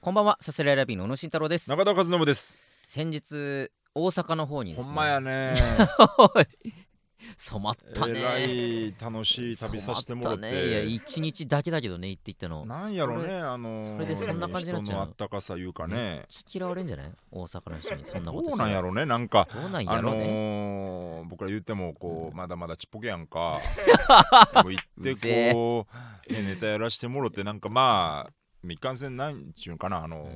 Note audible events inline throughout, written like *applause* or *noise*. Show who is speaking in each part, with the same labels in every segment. Speaker 1: こんばんはさすらいラビーの小野慎太郎です
Speaker 2: 中田和伸です。
Speaker 1: 先日大阪の方にで
Speaker 2: ほ
Speaker 1: すね
Speaker 2: んまやね。
Speaker 1: おい *laughs* 染まったね
Speaker 2: えらい楽しい旅させてもらっ
Speaker 1: 染まったねいや
Speaker 2: て。
Speaker 1: 一日だけだけどね行って行ったの
Speaker 2: なんやろ
Speaker 1: それ
Speaker 2: ね、あのー、
Speaker 1: それでそんな感じになっちゃうの
Speaker 2: 人のあったかさいうかね。
Speaker 1: ち嫌われんじゃない大阪の人にそんな
Speaker 2: ど
Speaker 1: こと
Speaker 2: う
Speaker 1: した
Speaker 2: なんやろね、なんか。
Speaker 1: どうなん
Speaker 2: あ
Speaker 1: やろ
Speaker 2: の
Speaker 1: ね、
Speaker 2: ー、僕ら言ってもこ
Speaker 1: う
Speaker 2: うまだまだちっぽけや
Speaker 1: *laughs*
Speaker 2: んかこう行
Speaker 1: う
Speaker 2: っ
Speaker 1: ぜ
Speaker 2: てこう、ね、ネタやらしてもろってなんかまあ未完成なんちゅうんかなあの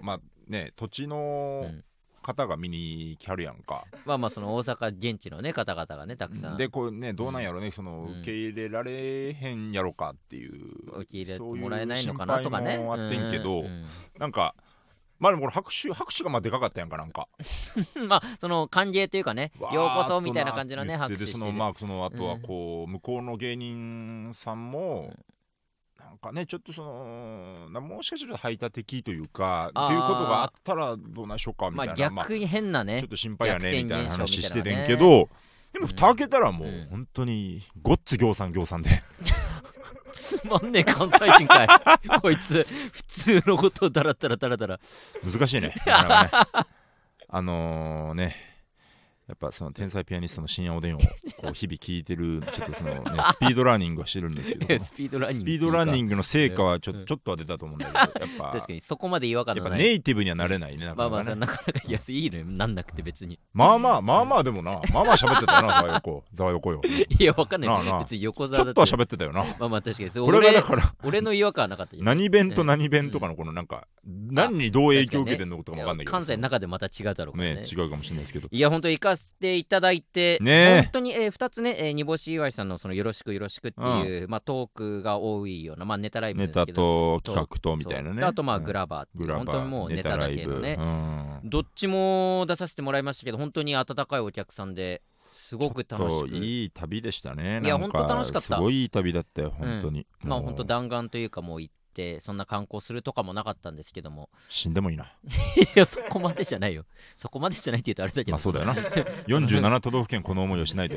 Speaker 2: ー、まあね土地の
Speaker 1: うん
Speaker 2: 方が見に来はるやんか、
Speaker 1: まあまあその大阪現地のね方々がねたくさん
Speaker 2: でこうねどうなんやろね、その
Speaker 1: うん
Speaker 2: 受け入れられへんやろかっていう
Speaker 1: 受け入れてもらえないのかなとかね
Speaker 2: そういう心配もあってんけど、
Speaker 1: ううん
Speaker 2: なんかまあでもこれ拍手拍手がまあでかかったやんかなんか
Speaker 1: *laughs* まあその歓迎というかね
Speaker 2: わーっと
Speaker 1: *laughs* ようこそみたいな感じのね
Speaker 2: なって
Speaker 1: 拍
Speaker 2: 言っ
Speaker 1: 手
Speaker 2: てで
Speaker 1: して
Speaker 2: そ
Speaker 1: る
Speaker 2: のまあそのあと
Speaker 1: う
Speaker 2: は
Speaker 1: ん
Speaker 2: こう向こうの芸人さんも、なんかねちょっとそのなもしかしたら排他的というか
Speaker 1: あー
Speaker 2: っていうことがあったらどうなんでしょうかみ
Speaker 1: ま
Speaker 2: たい
Speaker 1: あ
Speaker 2: な、まあ
Speaker 1: 逆に変なね
Speaker 2: ちょっと心配やねみたいな
Speaker 1: 逆転
Speaker 2: 話
Speaker 1: 現象
Speaker 2: し
Speaker 1: み
Speaker 2: て
Speaker 1: たいな
Speaker 2: て
Speaker 1: ね
Speaker 2: んけど、でも
Speaker 1: うん
Speaker 2: 蓋開けたらもう
Speaker 1: うん
Speaker 2: 本当にごっつぎょうさんぎょうさんで
Speaker 1: つまんねえ関西人かいこい *laughs* つ普通のことをダラダラダラダラ
Speaker 2: 難し
Speaker 1: *laughs*
Speaker 2: いねなかなかねあのねやっぱその天才ピアニストの深夜おでんを
Speaker 1: *laughs*
Speaker 2: こう日々聞いてるちょっとその、ね、スピードラーニングはしてるんです
Speaker 1: *laughs*
Speaker 2: けど
Speaker 1: スピードランニング
Speaker 2: スピードランニ
Speaker 1: グ
Speaker 2: ングの成果はちょ,、
Speaker 1: うん
Speaker 2: ちょっとは出たと思うんだけど、やっぱ
Speaker 1: *laughs* 確かにそこまで違和感
Speaker 2: やっ
Speaker 1: の
Speaker 2: ぱ
Speaker 1: ない
Speaker 2: ネイティブにはなれないね、な
Speaker 1: まあ
Speaker 2: か
Speaker 1: まあ
Speaker 2: なか
Speaker 1: そ
Speaker 2: ね
Speaker 1: んなかなかいやいいのよなんなくて別に
Speaker 2: まあまあまあまあでもな、まあまあ喋ってたよな、ざわよこ、ざわよ
Speaker 1: *laughs*
Speaker 2: こよ。ち
Speaker 1: いやわかんない
Speaker 2: なあなあ
Speaker 1: 別に横
Speaker 2: ょ
Speaker 1: 澤だ
Speaker 2: っとは
Speaker 1: って
Speaker 2: 喋ってたよな。
Speaker 1: まあまあ確かにそれ
Speaker 2: これ
Speaker 1: 俺
Speaker 2: がだから、
Speaker 1: 俺の違和感はなかったよ
Speaker 2: 何弁と何弁とかのこのなんか、何にどう影響を受けてんのかとかもわかんないけど。
Speaker 1: 関西の中でまた違うだろうからね
Speaker 2: ね、違うかもしれないですけど。
Speaker 1: いや本当行かせていただいて、
Speaker 2: ねえ
Speaker 1: 本当に、えー、2つね、えー、煮干し岩井さんのそのよろしくよろしくっていう、まあ、トークが多いような、まあ、ネタライブで
Speaker 2: ネ
Speaker 1: す
Speaker 2: タ
Speaker 1: けど
Speaker 2: と企画とみたいな
Speaker 1: そう
Speaker 2: ね。
Speaker 1: であとまあ
Speaker 2: うん
Speaker 1: グラバーっていう、
Speaker 2: グラバー
Speaker 1: 本当にもうネタだけのね、
Speaker 2: ネタライブ
Speaker 1: どっちも出させてもらいましたけど本当に温かいお客さんですごく
Speaker 2: うん
Speaker 1: 楽し
Speaker 2: ちょっと
Speaker 1: く
Speaker 2: いい旅でしたね。
Speaker 1: いや
Speaker 2: な
Speaker 1: ほ
Speaker 2: ん
Speaker 1: んと楽しかった
Speaker 2: すごいいい旅だったよ、本当に。
Speaker 1: まあ本
Speaker 2: も
Speaker 1: 当
Speaker 2: う
Speaker 1: 弾丸というかもう行ってそんな観光するとかもなかったんですけども
Speaker 2: 死んでもいいな。
Speaker 1: いやそこまでじゃないよ *laughs* そこまでじゃないって言うとあれだけど、
Speaker 2: まあそ
Speaker 1: *laughs*
Speaker 2: うだよな。47都道府県この思いをしないと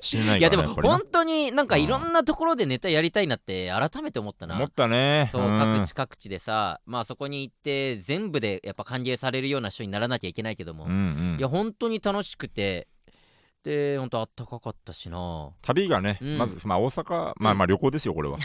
Speaker 2: 死ねないい
Speaker 1: や
Speaker 2: か
Speaker 1: で
Speaker 2: ら
Speaker 1: も
Speaker 2: ねやっぱりな
Speaker 1: 本当になんかいろんなところでネタやりたいなって改めて思ったな
Speaker 2: 思ったね。
Speaker 1: そう、
Speaker 2: ん
Speaker 1: 各地各地でさ、まあそこに行って、全部でやっぱ歓迎されるような人にならなきゃいけないけども、
Speaker 2: うんうん
Speaker 1: いや、本当に楽しくて、で、本当あったかかったしな。
Speaker 2: 旅がね、
Speaker 1: うん
Speaker 2: まず、まあ、大阪、まあまあ旅行です
Speaker 1: *laughs*
Speaker 2: よ、これは。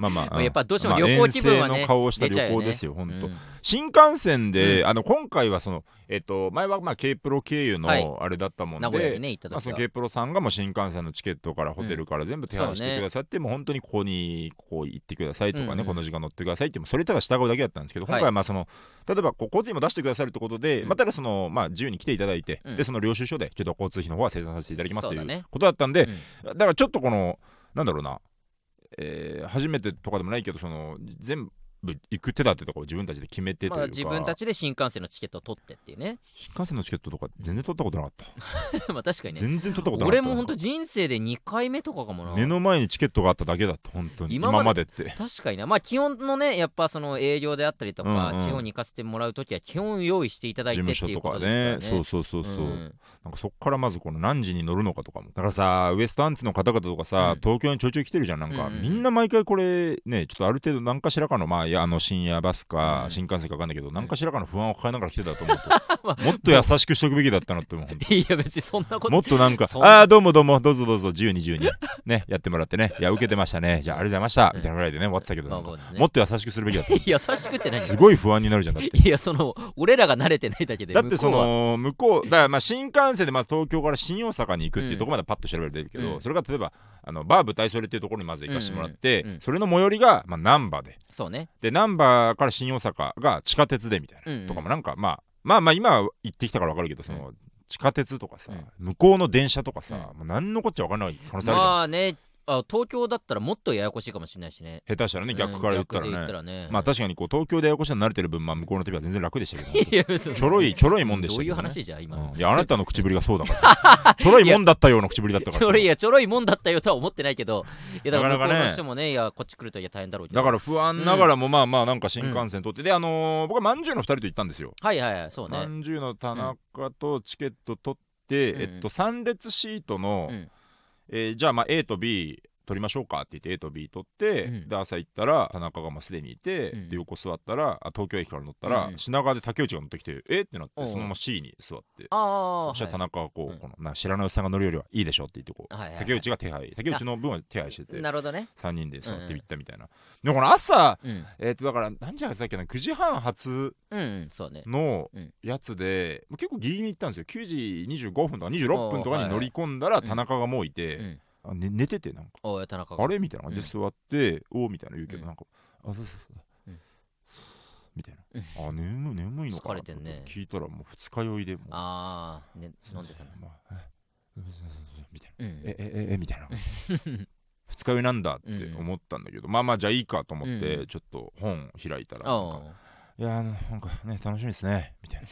Speaker 2: まあま
Speaker 1: ま
Speaker 2: あ、
Speaker 1: あ
Speaker 2: うん
Speaker 1: やっぱどうしても旅行気分はね
Speaker 2: まあ遠征の顔をした
Speaker 1: 出ちゃう
Speaker 2: 旅
Speaker 1: よ
Speaker 2: 行
Speaker 1: ね
Speaker 2: ですよ、本当、
Speaker 1: うん
Speaker 2: 新幹線で、
Speaker 1: う
Speaker 2: あの今回はその、えっと、前はまあ K プロ経由の
Speaker 1: はい
Speaker 2: あれだったもんで、
Speaker 1: 名古屋にね、行った
Speaker 2: まあ、
Speaker 1: 時
Speaker 2: その
Speaker 1: は。
Speaker 2: K プロさんがもう新幹線のチケットからホテルから全部手配し
Speaker 1: そう
Speaker 2: て
Speaker 1: ね
Speaker 2: くださって、もう本当にここにここ行ってくださいとかね、
Speaker 1: うんうん
Speaker 2: この時間乗ってくださいってもうそれただ従うだけだったんですけど、
Speaker 1: はい
Speaker 2: 今回はまあその例えばこう交通費も出してくださるってことで、
Speaker 1: うん
Speaker 2: まあ、ただその、まあ、自由に来ていただいて、
Speaker 1: うん
Speaker 2: でその領収書でちょっと交通費の方は生産させていただきます
Speaker 1: そ
Speaker 2: と
Speaker 1: う
Speaker 2: い
Speaker 1: だね
Speaker 2: うことだったんで、だからちょっとこのなんだろうな、えー初めてとかでもないけどその全部行く手立てとかを自分たちで決めてという
Speaker 1: ま
Speaker 2: か、
Speaker 1: あ自分たちで新幹線のチケットを取ってっていうね。 *laughs*
Speaker 2: 新幹線のチケットとか全然取ったことなかった、
Speaker 1: まあ確かにね。
Speaker 2: 全然取ったことなかった
Speaker 1: 俺も本当人生で2回目とかかもな。
Speaker 2: 目の前にチケットがあっただけだった本当に
Speaker 1: 今
Speaker 2: 今
Speaker 1: まで
Speaker 2: までって
Speaker 1: 確かにな。まあ基本のね、やっぱその営業であったりとか、
Speaker 2: うんうん
Speaker 1: 地方に行かせてもらうときは基本用意していただ
Speaker 2: 事
Speaker 1: いてって
Speaker 2: 務
Speaker 1: い
Speaker 2: 所
Speaker 1: う
Speaker 2: と
Speaker 1: こ
Speaker 2: か
Speaker 1: とです
Speaker 2: ね
Speaker 1: からね。
Speaker 2: そうそうそうそう、
Speaker 1: うん *laughs*
Speaker 2: なんかそっからまずこの何時に乗るのかとかもだからさウエストアンツの方々とかさ、
Speaker 1: うん
Speaker 2: 東京にちょいちょい来てるじゃんなんか、
Speaker 1: うんうんうん
Speaker 2: みんな毎回これねちょっとある程度何かしらかのまあいやあの深夜バスか、
Speaker 1: うん
Speaker 2: 新幹線か分かんないけど何かしらかの不安を抱えながら来てたと思う
Speaker 1: *laughs*
Speaker 2: と、もっと優しくしとくべきだったなって思う本当
Speaker 1: いや別にそんなこと
Speaker 2: もっとなんか、
Speaker 1: そんな
Speaker 2: ああー、どうもどうも、どうぞどうぞ、自由に自由に、ね、やってもらってね、いや、受けてましたね、じゃあ、ありがとうございました、みたいなぐらいでね、終わってたけど、
Speaker 1: ま
Speaker 2: な
Speaker 1: あ
Speaker 2: んか
Speaker 1: まあね
Speaker 2: もっと優しくするべきだった。
Speaker 1: 優しくって何
Speaker 2: すごい不安になるじゃんだって。
Speaker 1: いやその俺らが慣れてないだけで
Speaker 2: だってそ
Speaker 1: 向こうは
Speaker 2: の向こうだからまあ新幹線でまず東京から新大阪に行くっていううんところまでパッと調べると出るけど、
Speaker 1: うん
Speaker 2: それが例えばあのバー舞台それっていうところにまず行かせてもらって、
Speaker 1: うんうんうん
Speaker 2: それの最寄りが、まあ、難波で
Speaker 1: そうね
Speaker 2: で難波から新大阪が地下鉄でみたいな、
Speaker 1: うんうん
Speaker 2: とかもなんか、まあ、まあまあ今行ってきたから分かるけどその、地下鉄とかさ、
Speaker 1: うん
Speaker 2: 向こうの電車とかさ、もう何のこっちゃ分からない可能性あるじゃん、
Speaker 1: まあねあ東京だったらもっとややこしいかもしれないしね
Speaker 2: 下手したらね逆から言ったらね,、
Speaker 1: うん逆でね
Speaker 2: まあ確かにこう東京でややこしさに慣れてる分、まあ、向こうの旅は全然楽でしたけどね、
Speaker 1: いや別に
Speaker 2: ちょろいちょろいもんでし
Speaker 1: どう
Speaker 2: た
Speaker 1: い
Speaker 2: け
Speaker 1: う
Speaker 2: ど、ね、
Speaker 1: 話じゃ今の
Speaker 2: うんいやあなたの口ぶりがそうだ
Speaker 1: *laughs*
Speaker 2: から。ちょろいもんだったような口ぶりだったか
Speaker 1: ちょ
Speaker 2: ら
Speaker 1: ろ。いやちょろいもんだったよとは思ってないけどいやだから
Speaker 2: なか
Speaker 1: 向
Speaker 2: な
Speaker 1: こ
Speaker 2: かね
Speaker 1: うの人もねいやこっち来るといや大変だろうけど
Speaker 2: だから不安ながらもまあまあなんか新幹線取って、であのー僕はまんじゅうの2人と行ったんですよ。
Speaker 1: はいはいはいそう
Speaker 2: ま
Speaker 1: ね
Speaker 2: んじゅうの田中とチケット取って、
Speaker 1: うん
Speaker 2: えっと3列シートの、
Speaker 1: うん
Speaker 2: えーじゃあまあ A と B 撮りましょうかって言って A と B 撮って、
Speaker 1: うん
Speaker 2: で朝行ったら田中がもうすでにいて、
Speaker 1: うん
Speaker 2: で横座ったらあ東京駅から乗ったら、
Speaker 1: うん
Speaker 2: 品川で竹内が乗ってきてえってなって
Speaker 1: おう
Speaker 2: そのまま C に座って
Speaker 1: ああ、
Speaker 2: そしたら田
Speaker 1: は
Speaker 2: 中はこう、
Speaker 1: うん
Speaker 2: このな知らないおっさんが乗るよりはいいでしょって言ってこう、
Speaker 1: はいはいはい
Speaker 2: 竹内が手配竹内の分は手配してて
Speaker 1: い、なるほどね。
Speaker 2: 3人で座って行ったみたいな、でもこの朝
Speaker 1: うん。
Speaker 2: えっとだから何時だったっけな9時半発
Speaker 1: うん、うん、そうね。
Speaker 2: の
Speaker 1: うん
Speaker 2: やつで、もう結構ギリギリ行ったんですよ9時25分とか26分とかに乗り込んだら
Speaker 1: い
Speaker 2: 田中がもういて、
Speaker 1: うん。
Speaker 2: あね寝ててなんか
Speaker 1: おい、田中
Speaker 2: あれみたいな感じで座って、おおみたいな言うけど、
Speaker 1: うん
Speaker 2: なんか、あ、そうそうそう。
Speaker 1: うん
Speaker 2: みたいな。あ、眠い、眠いのか
Speaker 1: 疲
Speaker 2: な
Speaker 1: れてんね
Speaker 2: と聞いたら、もう二日酔いで、もう、
Speaker 1: ああ、ね、飲んでたんだ。
Speaker 2: まあえそうそうそうそうみたいな。
Speaker 1: うん。
Speaker 2: え、え、え、え、みた
Speaker 1: *laughs*
Speaker 2: いな。二日酔いなんだって思ったんだけど、まあまあ、じゃあいいかと思っ
Speaker 1: う
Speaker 2: て、
Speaker 1: ん
Speaker 2: ちょっと本開いたら、なんか
Speaker 1: あ
Speaker 2: いや、あのなんかね、楽しみですね、みた
Speaker 1: *laughs*
Speaker 2: いな。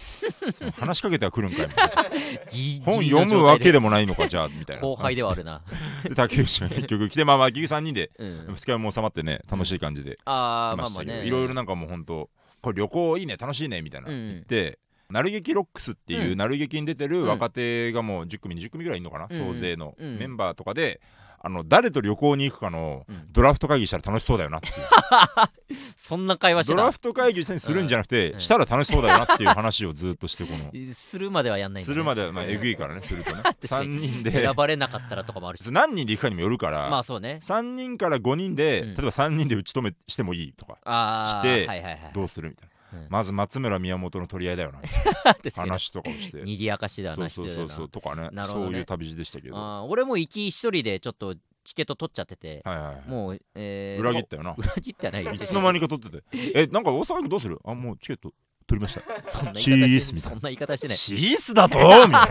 Speaker 2: その話しかけてはくるんかいみたいな。
Speaker 1: あ、ギリギ
Speaker 2: 本
Speaker 1: リの
Speaker 2: 読むわけ
Speaker 1: 状態
Speaker 2: でもないのか、じゃあ、みた
Speaker 1: で。
Speaker 2: いな。
Speaker 1: 後輩ではあるな。
Speaker 2: で竹内が結局来て、まあまあ、結局3人で、
Speaker 1: う
Speaker 2: 二
Speaker 1: ん。
Speaker 2: 日酔いも収まってね、楽しい感じで
Speaker 1: ああ、
Speaker 2: 来
Speaker 1: ま
Speaker 2: ま
Speaker 1: あ
Speaker 2: し
Speaker 1: まあ
Speaker 2: たけど、
Speaker 1: ね。
Speaker 2: いろいろなんかもう本当これ旅行いいね楽しいねみたいな
Speaker 1: うんうん
Speaker 2: 言って、なる劇ロックスっていう、
Speaker 1: うん
Speaker 2: なる劇に出て
Speaker 1: う
Speaker 2: る
Speaker 1: ん
Speaker 2: 若手がもう10組20組ぐらいいるのかな、
Speaker 1: うんうん
Speaker 2: 総勢の
Speaker 1: うん
Speaker 2: メンバーとかで、あの誰と旅行に行くかの
Speaker 1: うん
Speaker 2: ドラフト会議したら楽しそうだよなっていう
Speaker 1: そんな会話して
Speaker 2: ドラ
Speaker 1: た
Speaker 2: フト会議するんじゃなくて、
Speaker 1: うん
Speaker 2: したら楽しそうだよなっていう話をずっとし
Speaker 1: *laughs*
Speaker 2: てこの
Speaker 1: するまではやんないんだ
Speaker 2: す
Speaker 1: ね
Speaker 2: るまでは、まあ、えぐいから
Speaker 1: *laughs*
Speaker 2: ねするとね
Speaker 1: か
Speaker 2: 3
Speaker 1: に
Speaker 2: 人で
Speaker 1: 選ばれなかったらとかもあるし。
Speaker 2: 何人で行くかにもよるから、
Speaker 1: まあそうね。
Speaker 2: 3人から5人で、
Speaker 1: うん
Speaker 2: 例えば3人で打ち止めしてもいいとか
Speaker 1: ああ、
Speaker 2: して
Speaker 1: はいはいはい。
Speaker 2: どうするみたいな、
Speaker 1: うん
Speaker 2: まず松村宮本の取り合いだよな
Speaker 1: *laughs* 確かに
Speaker 2: 話とかを
Speaker 1: *laughs*
Speaker 2: して。
Speaker 1: にぎやかしだ
Speaker 2: そ
Speaker 1: な、
Speaker 2: うそ
Speaker 1: 必
Speaker 2: う
Speaker 1: 要
Speaker 2: そう
Speaker 1: だ
Speaker 2: そ
Speaker 1: な
Speaker 2: う。とかね
Speaker 1: なるほど
Speaker 2: そ
Speaker 1: ね
Speaker 2: ういう旅路でしたけど、は
Speaker 1: あー俺も行き一人でちょっとチケット取っちゃってて
Speaker 2: い、はいは
Speaker 1: もう、えー
Speaker 2: い、裏切ったよな
Speaker 1: でも裏切ってはないよ
Speaker 2: いつの間にか取ってて「えなんか大阪行くどうするあもうチケット取りました
Speaker 1: そんな
Speaker 2: シ
Speaker 1: 言い
Speaker 2: ー
Speaker 1: 方
Speaker 2: ス
Speaker 1: し
Speaker 2: み
Speaker 1: て
Speaker 2: た
Speaker 1: そ
Speaker 2: いなん
Speaker 1: な言い方してない。
Speaker 2: シースだと!」みたい
Speaker 1: *laughs*
Speaker 2: な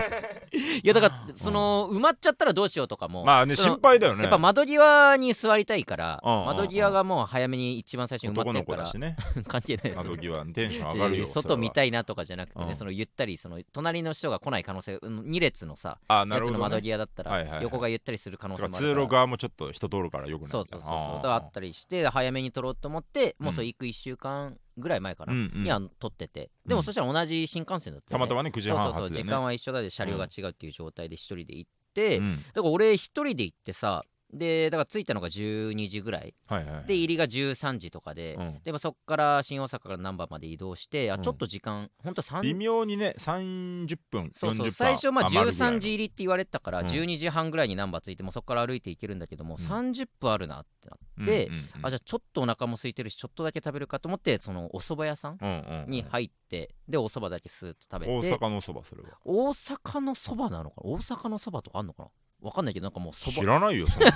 Speaker 2: い
Speaker 1: やだから、その、埋まっちゃったらどうしようとかも、
Speaker 2: まあね
Speaker 1: その
Speaker 2: 心配だよね
Speaker 1: やっぱ窓際に座りたいから、
Speaker 2: うんうんうん
Speaker 1: 窓際がもう早めに一番最初に埋ま
Speaker 2: 男
Speaker 1: って
Speaker 2: の
Speaker 1: る
Speaker 2: 子
Speaker 1: か
Speaker 2: だ
Speaker 1: ら、
Speaker 2: しね
Speaker 1: *laughs* 関係ないです
Speaker 2: 窓
Speaker 1: よ。
Speaker 2: 際にテンション上がるよ
Speaker 1: 外見
Speaker 2: い
Speaker 1: たいなとかじゃなくてね、
Speaker 2: うん
Speaker 1: そのゆったりその隣の人が来ない可能性2列のさ、
Speaker 2: あな
Speaker 1: や
Speaker 2: る
Speaker 1: つ
Speaker 2: ほ
Speaker 1: の
Speaker 2: ど、
Speaker 1: 窓
Speaker 2: ね、
Speaker 1: 際だった
Speaker 2: はいはいは
Speaker 1: ら
Speaker 2: い
Speaker 1: 横がゆったりする可能
Speaker 2: だ
Speaker 1: 性
Speaker 2: か
Speaker 1: もある
Speaker 2: ら
Speaker 1: か
Speaker 2: 通
Speaker 1: ら
Speaker 2: 路側もちょっと人通るからよくない
Speaker 1: そうそうそうそう
Speaker 2: あー
Speaker 1: だからあったりして早めに撮ろうと思ってもうそうれ行く1週間ぐらい前か
Speaker 2: う
Speaker 1: ら、
Speaker 2: んうん
Speaker 1: には撮っててで
Speaker 2: う
Speaker 1: も
Speaker 2: ん
Speaker 1: そしたら同じ新幹線だった
Speaker 2: た
Speaker 1: よ
Speaker 2: ま
Speaker 1: ね
Speaker 2: たまね9時半
Speaker 1: そうそうそ
Speaker 2: 発
Speaker 1: う
Speaker 2: で
Speaker 1: 時
Speaker 2: ね
Speaker 1: 間は一緒だで車両が違うっていう状態で一人で行って、
Speaker 2: う
Speaker 1: だ
Speaker 2: ん
Speaker 1: から俺一人で行ってさでだから着いたのが12時ぐらい
Speaker 2: はいはい
Speaker 1: で入りが13時とかで、
Speaker 2: うん
Speaker 1: でもそっから新大阪から難波まで移動してあ
Speaker 2: うん
Speaker 1: ちょっと時間、ほんと3
Speaker 2: 微妙にね30分
Speaker 1: そうそう
Speaker 2: 40
Speaker 1: 最初まあ
Speaker 2: 余るぐらいの
Speaker 1: 13時入りって言われてたから
Speaker 2: うん
Speaker 1: 12時半ぐらいに難波着いてもうそこから歩いていけるんだけども、
Speaker 2: ん
Speaker 1: 30分あるなってなってであじゃあちょっとお腹も空いてるしちょっとだけ食べるかと思ってそのお蕎麦屋さん
Speaker 2: うんうんうん
Speaker 1: に入ってでお蕎麦だけスーッと食
Speaker 2: 大
Speaker 1: べて
Speaker 2: 阪のそばそれは
Speaker 1: 大阪の蕎麦なのかな大阪の蕎麦とかあんのかなわかんないけどなんかもう蕎
Speaker 2: 知
Speaker 1: 麦
Speaker 2: らないよそんな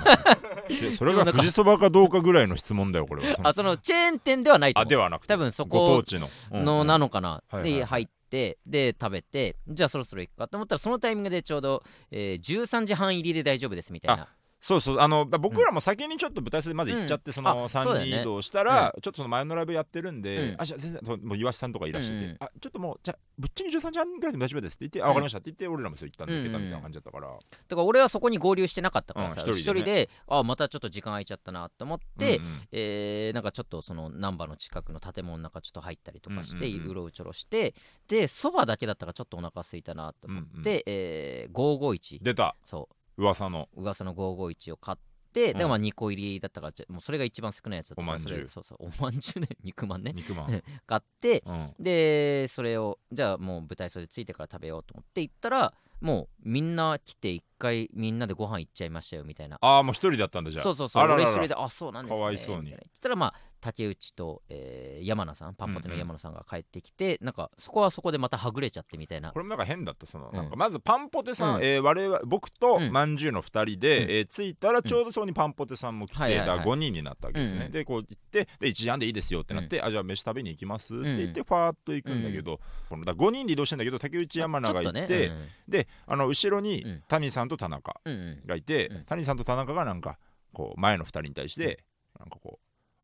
Speaker 1: *laughs*
Speaker 2: のしそれが富士そばかどうかぐらいの質問だよこれは
Speaker 1: あそのチェーン店ではないと
Speaker 2: あ
Speaker 1: 思
Speaker 2: で
Speaker 1: う
Speaker 2: はなくて
Speaker 1: 多分そ
Speaker 2: ご当
Speaker 1: こ
Speaker 2: 地のうん
Speaker 1: のなのかな
Speaker 2: うんはいはい
Speaker 1: で入ってで食べてじゃあそろそろ行くかと思ったらそのタイミングでちょうど、えー13時半入りで大丈夫ですみたいな
Speaker 2: そうそうあのだ僕らも先にちょっと舞台袖まで行っちゃって、その
Speaker 1: あそう
Speaker 2: 3
Speaker 1: だよ
Speaker 2: 人
Speaker 1: ね
Speaker 2: 移動したら、ちょっとその前のライブやってるんで、
Speaker 1: うん
Speaker 2: あじゃあ先生そうもう岩橋さんとかいらっしゃって、
Speaker 1: うんうん
Speaker 2: あちょっともうじゃあぶっちゃけ13時半ぐらいでも大丈夫ですって言って、あわかりましたって言って俺らもそう行ったんで行けたみたいな感じだったから、
Speaker 1: だから俺はそこに合流してなかったからさ、
Speaker 2: うん一
Speaker 1: 一
Speaker 2: 人
Speaker 1: 人
Speaker 2: でね
Speaker 1: で,、あまたちょっと時間空いちゃったなと思って、
Speaker 2: うんうん
Speaker 1: えーなんかちょっとその難波の近くの建物の中ちょっと入ったりとかして、
Speaker 2: うんうんうん
Speaker 1: うろうちょろしてでそばだけだったからちょっとお腹空いたなと思って、
Speaker 2: うんう
Speaker 1: えー551
Speaker 2: 出た
Speaker 1: そ
Speaker 2: 噂の
Speaker 1: う噂の551を買って、だからま
Speaker 2: う
Speaker 1: あ2個入りだったからちょもうそれが一番少ないやつだったから
Speaker 2: お饅頭
Speaker 1: それそうそうおまんじゅうね肉まんね
Speaker 2: 肉まん、
Speaker 1: ね買って
Speaker 2: うん
Speaker 1: でそれをじゃあもう舞台袖ついてから食べようと思って行ったらもうみんな来て一回みんなでご飯行っちゃいましたよみたいな
Speaker 2: ああもう一人だったんだじゃあ
Speaker 1: そうそうそう
Speaker 2: あららら
Speaker 1: 俺一人であそうなんですね
Speaker 2: かわいそうに
Speaker 1: みたいな言ったらまあ竹内と、えー山名さんパンポテの山名さんが帰ってきて、なんかそこはそこでまたはぐれちゃってみたいな
Speaker 2: これもなんか変だったその、
Speaker 1: うん
Speaker 2: なんかまずパンポテさん、
Speaker 1: うん
Speaker 2: えー我々僕と
Speaker 1: うん
Speaker 2: まんじゅうの2人で、
Speaker 1: うん
Speaker 2: えー着いたらちょうどそこにパンポテさんも来て、
Speaker 1: はいはいはい
Speaker 2: だから5人になったわけですね、
Speaker 1: うんうん
Speaker 2: でこう行ってで1時半でいいですよってなって、あじゃあ飯食べに行きますって言ってファーっと行くんだけど、このだ5人で移動してんだけど竹内山名がいて、
Speaker 1: ちょっ
Speaker 2: であの後ろ
Speaker 1: う
Speaker 2: に
Speaker 1: ん
Speaker 2: 谷さんと田中
Speaker 1: とねうんうんうん
Speaker 2: がいて、
Speaker 1: うん
Speaker 2: 谷さんと田中がなんかこう前の2人に対して、なんかこう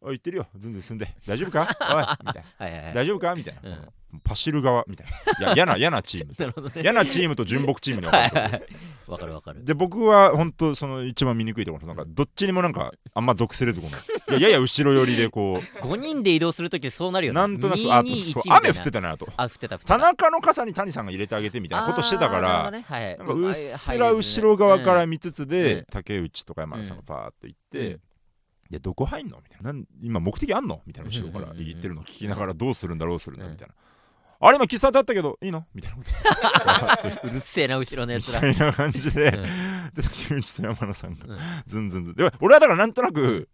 Speaker 2: おい行ってるよずんずん進んで大丈夫かおいみたい
Speaker 1: はいはいは
Speaker 2: ない大丈夫かみたいな、
Speaker 1: うん
Speaker 2: パシル側みたいないや嫌な嫌なチ
Speaker 1: *laughs*
Speaker 2: ーム
Speaker 1: なるほどね
Speaker 2: 嫌なチームと純朴チームに分
Speaker 1: は
Speaker 2: か
Speaker 1: い
Speaker 2: れてる
Speaker 1: はいわかるわかる
Speaker 2: で僕は本当その一番醜いところなんかどっちにもなんかあんま属せれずこのいややや後ろ寄りでこ
Speaker 1: *laughs* 5人で移動するときそうなる
Speaker 2: う
Speaker 1: よね
Speaker 2: なんとなく
Speaker 1: 221
Speaker 2: あと
Speaker 1: み
Speaker 2: そう
Speaker 1: たいな
Speaker 2: 雨降ってたなと
Speaker 1: あ降ってた降ってた
Speaker 2: 田中の傘に谷さんが入れてあげてみたいなことしてたか
Speaker 1: あー
Speaker 2: ら
Speaker 1: なるほどねはい
Speaker 2: なんかうっすら後ろ側から見つつで、
Speaker 1: うん
Speaker 2: 竹内とか山田さんがパーって行って、
Speaker 1: うん
Speaker 2: でどこ入んのみたいななん今目的あんのみたいな後ろから
Speaker 1: うん
Speaker 2: 言ってるの聞きながらどうするんだどうするんだ
Speaker 1: うん
Speaker 2: みたいな、あれ今喫茶店あったけどいいの
Speaker 1: *laughs*
Speaker 2: みたいなこと
Speaker 1: うるせえな後ろのや
Speaker 2: み
Speaker 1: つら
Speaker 2: たいな感じで、
Speaker 1: うん
Speaker 2: で竹内と山田さんが
Speaker 1: うん
Speaker 2: ずんずんずんで俺はだからなんとなく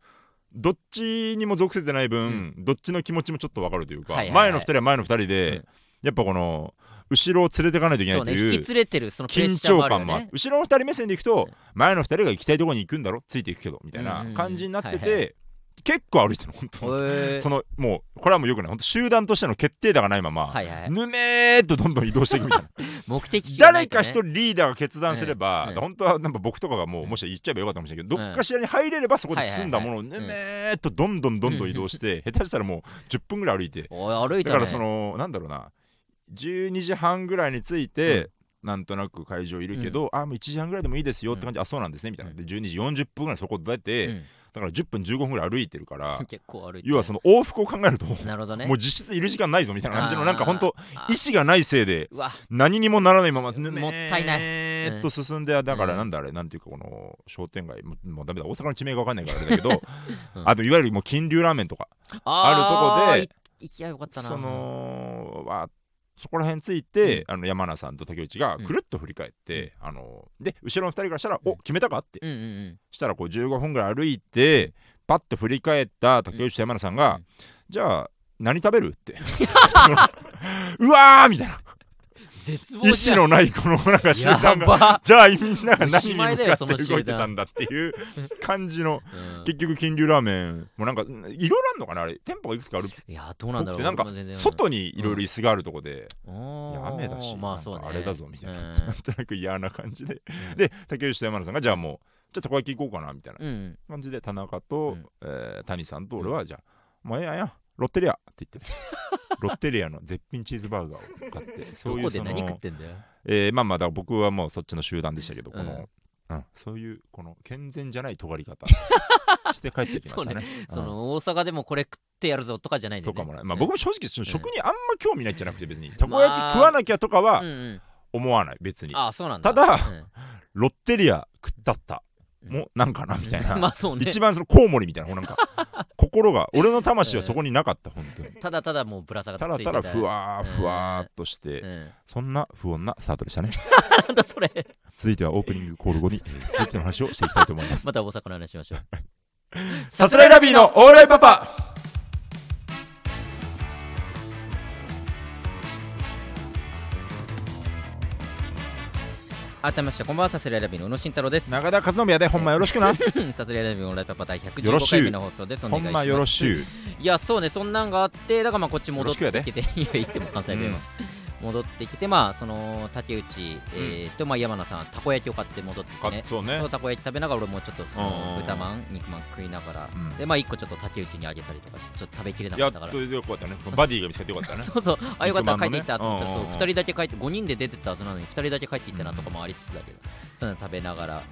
Speaker 2: どっちにも属せてない分、どっちの気持ちもちょっとわかるというか、
Speaker 1: はいはいはい
Speaker 2: 前の2人は前の2人で、
Speaker 1: うん
Speaker 2: やっぱこの後ろを連れていかないといけな
Speaker 1: そ
Speaker 2: いうと
Speaker 1: ね
Speaker 2: いう
Speaker 1: 引き連れてるそのプレッ
Speaker 2: 緊
Speaker 1: シャーも
Speaker 2: 張
Speaker 1: あるよ
Speaker 2: 感もある
Speaker 1: ね
Speaker 2: 後ろの2人目線でいくと
Speaker 1: うん
Speaker 2: 前の2人が行きたいところに行くんだろついていくけどみたいな感じになって
Speaker 1: うんうんうんはい
Speaker 2: て結構歩いてるの本当
Speaker 1: へー
Speaker 2: そのもうこれはもうよくない本当集団としての決定打がないまま、
Speaker 1: はいはい
Speaker 2: ぬめーっとどんどん移動していくみた
Speaker 1: *laughs*
Speaker 2: いな
Speaker 1: 目的地がな
Speaker 2: 誰
Speaker 1: いと
Speaker 2: か
Speaker 1: ね
Speaker 2: 一人リーダーが決断すれば、
Speaker 1: うんうん
Speaker 2: 本当はなんか僕とかがもう
Speaker 1: うん
Speaker 2: もし言っちゃえばよかったかもしれないけど、
Speaker 1: うん
Speaker 2: どっかしらに入れればそこで済んだものを
Speaker 1: はいは
Speaker 2: ぬ
Speaker 1: いはい
Speaker 2: めーっとどんどんどんどん移動して、下手したらもう10分ぐらい歩いて
Speaker 1: おい歩いた
Speaker 2: だ
Speaker 1: ね
Speaker 2: からそのなんだろうな12時半ぐらいに着いて、なんとなく会場いるけど、あもう1時半ぐらいでもいいですよって感じ、あそうなんですねみたいなで12時40分ぐらいそこ出て、
Speaker 1: *laughs* うん
Speaker 2: だから10分15分ぐらい歩いてるから
Speaker 1: *laughs* 結構歩いて
Speaker 2: 要はその往復を考えると、
Speaker 1: なるほどね
Speaker 2: もう実質いる時間ないぞみたいな感じ
Speaker 1: あ
Speaker 2: の
Speaker 1: ー
Speaker 2: なんか本当
Speaker 1: あ
Speaker 2: 意志がないせいで
Speaker 1: うわ
Speaker 2: 何にもならないま
Speaker 1: もっ
Speaker 2: ま
Speaker 1: たいない
Speaker 2: え
Speaker 1: う
Speaker 2: ー
Speaker 1: ん
Speaker 2: っと進んで、だから
Speaker 1: うん
Speaker 2: なんだあれ、なんていうかこの商店街もうもうダメだ大阪の地名が分かんないからあれだけど、
Speaker 1: *laughs* うん
Speaker 2: あといわゆるもう金龍ラーメンとか
Speaker 1: あ
Speaker 2: あるとこで
Speaker 1: ーい行きゃよかったな
Speaker 2: そのわーそこら辺ついて、あの山名さんと竹内が
Speaker 1: うん
Speaker 2: くるっと振り返って、あので後ろの2人からしたら「お決めたか?」って
Speaker 1: うんうんうん
Speaker 2: したらこう15分ぐらい歩いてパッと振り返った竹内と山名さんが
Speaker 1: う
Speaker 2: 「
Speaker 1: ん
Speaker 2: じゃあ何食べる?」って
Speaker 1: *laughs*
Speaker 2: うわーみたいな
Speaker 1: 絶望
Speaker 2: 意志のないこのなんか集
Speaker 1: や
Speaker 2: 団が。
Speaker 1: ば
Speaker 2: じゃあみんなが
Speaker 1: お
Speaker 2: 何
Speaker 1: し
Speaker 2: に向
Speaker 1: ま
Speaker 2: かっ
Speaker 1: い
Speaker 2: て
Speaker 1: だよその集団
Speaker 2: 動いてたんだっていう感じの
Speaker 1: うん
Speaker 2: 結局金龍ラーメンもなんかいろいろあるのかなあれ店舗がいくつかある
Speaker 1: いやどうなんだろう
Speaker 2: 僕ってなんか
Speaker 1: 俺も全然
Speaker 2: 外にいろいろ椅子があるとこで、いや
Speaker 1: おー
Speaker 2: 雨だし、
Speaker 1: まあ
Speaker 2: なんか
Speaker 1: そうね
Speaker 2: あれだぞみたいな、
Speaker 1: うん
Speaker 2: なんとなく嫌な感じで、
Speaker 1: うん
Speaker 2: で竹内と山田さんがじゃあもうちょっとたこ焼き行こうかなみたいな
Speaker 1: うん
Speaker 2: 感じで田中
Speaker 1: う
Speaker 2: と、
Speaker 1: ん
Speaker 2: えー谷さんと俺はじゃあ、もうええやんやロッテリアって言って
Speaker 1: *laughs*
Speaker 2: ロッテリアの絶品チーズバーガーを買ってそ
Speaker 1: ど
Speaker 2: うい
Speaker 1: こ
Speaker 2: う
Speaker 1: で
Speaker 2: そ
Speaker 1: 何食っ
Speaker 2: の、
Speaker 1: てんだよ
Speaker 2: えーまあまあだから僕はもうそっちの集団でしたけどこの、
Speaker 1: う
Speaker 2: うん
Speaker 1: ん
Speaker 2: そういうこの健全じゃない尖
Speaker 1: *laughs*
Speaker 2: り方して帰ってきましたね。うん
Speaker 1: その大阪でもこれ食ってやるぞとかじゃないんだ
Speaker 2: と
Speaker 1: よね
Speaker 2: かもない、まあ、僕も正直そ
Speaker 1: う
Speaker 2: の
Speaker 1: ん
Speaker 2: 食にあんま興味ないじゃなくて別にたこ焼き食わなきゃとかは
Speaker 1: うんうん
Speaker 2: 思わない別に
Speaker 1: あそうなんだ
Speaker 2: ただ
Speaker 1: うん
Speaker 2: ロッテリア食ったった
Speaker 1: うん
Speaker 2: もなんかなみたい
Speaker 1: *laughs* ま
Speaker 2: な
Speaker 1: あそうね
Speaker 2: 一番そのコウモリみたいななんか
Speaker 1: *laughs*
Speaker 2: 心が俺の魂はそこになかった本当に
Speaker 1: ただただもうぶら下が
Speaker 2: た
Speaker 1: って
Speaker 2: だ
Speaker 1: ついて
Speaker 2: ただふわーふわーっとし
Speaker 1: う
Speaker 2: て
Speaker 1: ん *laughs*
Speaker 2: そんな不穏なスタートでしたね
Speaker 1: なんだそれ
Speaker 2: 続いてはオープニングコール後に
Speaker 1: *laughs*
Speaker 2: 続いての話をしていきたいと思います
Speaker 1: また大阪の話しましょう
Speaker 2: *laughs* さすらいラビーのオーライパパ
Speaker 1: 改めましてこんばんはさすらいラビーの宇野慎太郎です
Speaker 2: 中田和信やでほんまよろ
Speaker 1: *laughs*
Speaker 2: しくな
Speaker 1: さすらいラビーのオンライトパパ第
Speaker 2: よ
Speaker 1: 115
Speaker 2: ろしゅう
Speaker 1: 回目の放送ですお
Speaker 2: ほ
Speaker 1: 願い
Speaker 2: ん
Speaker 1: し
Speaker 2: ま
Speaker 1: ます
Speaker 2: よろしゅう
Speaker 1: いやそうねそんなんがあってだからまあこっち戻って
Speaker 2: よろし
Speaker 1: きて *laughs* いや言っても関西弁は、戻ってきてまあその竹内、えーとまあ山名さんたこ焼きを買って戻ってきて
Speaker 2: か
Speaker 1: ね
Speaker 2: そうね
Speaker 1: *laughs* そのたこ焼き食べながら俺もちょっとそ
Speaker 2: うんうん
Speaker 1: の
Speaker 2: うん
Speaker 1: 豚まん肉まん食いながら、
Speaker 2: うん
Speaker 1: でまあ一個ちょっと竹内にあげたりとかしてちょっと食べきれなか
Speaker 2: やっ
Speaker 1: ったから
Speaker 2: とよかったねバディが見つかってよかった
Speaker 1: *laughs*
Speaker 2: ね
Speaker 1: そうそうあよかった
Speaker 2: 肉ま
Speaker 1: 帰って
Speaker 2: んもね
Speaker 1: いったと思ったら、
Speaker 2: うんうんうん
Speaker 1: そう2人だけ帰って5人で出てったはずなのに2人だけ帰っていったなとかもありつつだけど、そういうの食べながら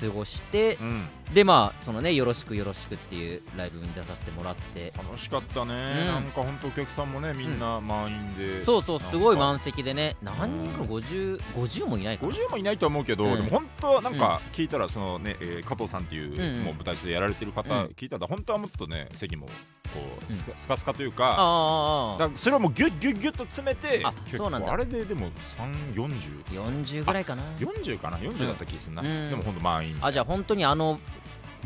Speaker 1: 過ごして
Speaker 2: う、ん
Speaker 1: でまあそのねよろしくよろしくっていうライブに出させてもらって
Speaker 2: 楽しかったね、
Speaker 1: ん
Speaker 2: なんか本当お客さんもねみんな満員で、
Speaker 1: そうそうすごい
Speaker 2: なんか
Speaker 1: 満席でね何人か5050もいないかな
Speaker 2: 50もいないとは思うけど、
Speaker 1: うん
Speaker 2: でも本当はなんか聞いたらその、ねえー加藤さんっていう,、
Speaker 1: うんうん
Speaker 2: もう舞台でやられてる方、
Speaker 1: うん
Speaker 2: 聞いたら本当はもっとね席もこう
Speaker 1: うん
Speaker 2: スカ,、スカスカというか
Speaker 1: あああ
Speaker 2: だからそれをもうギュッギュッギュッと詰めて
Speaker 1: あ
Speaker 2: 結構
Speaker 1: そうなんだ
Speaker 2: あれででも34040
Speaker 1: 40ぐらいかな
Speaker 2: かな40だった気すんな、
Speaker 1: うん
Speaker 2: でも本当満員
Speaker 1: あじゃあ本当にあの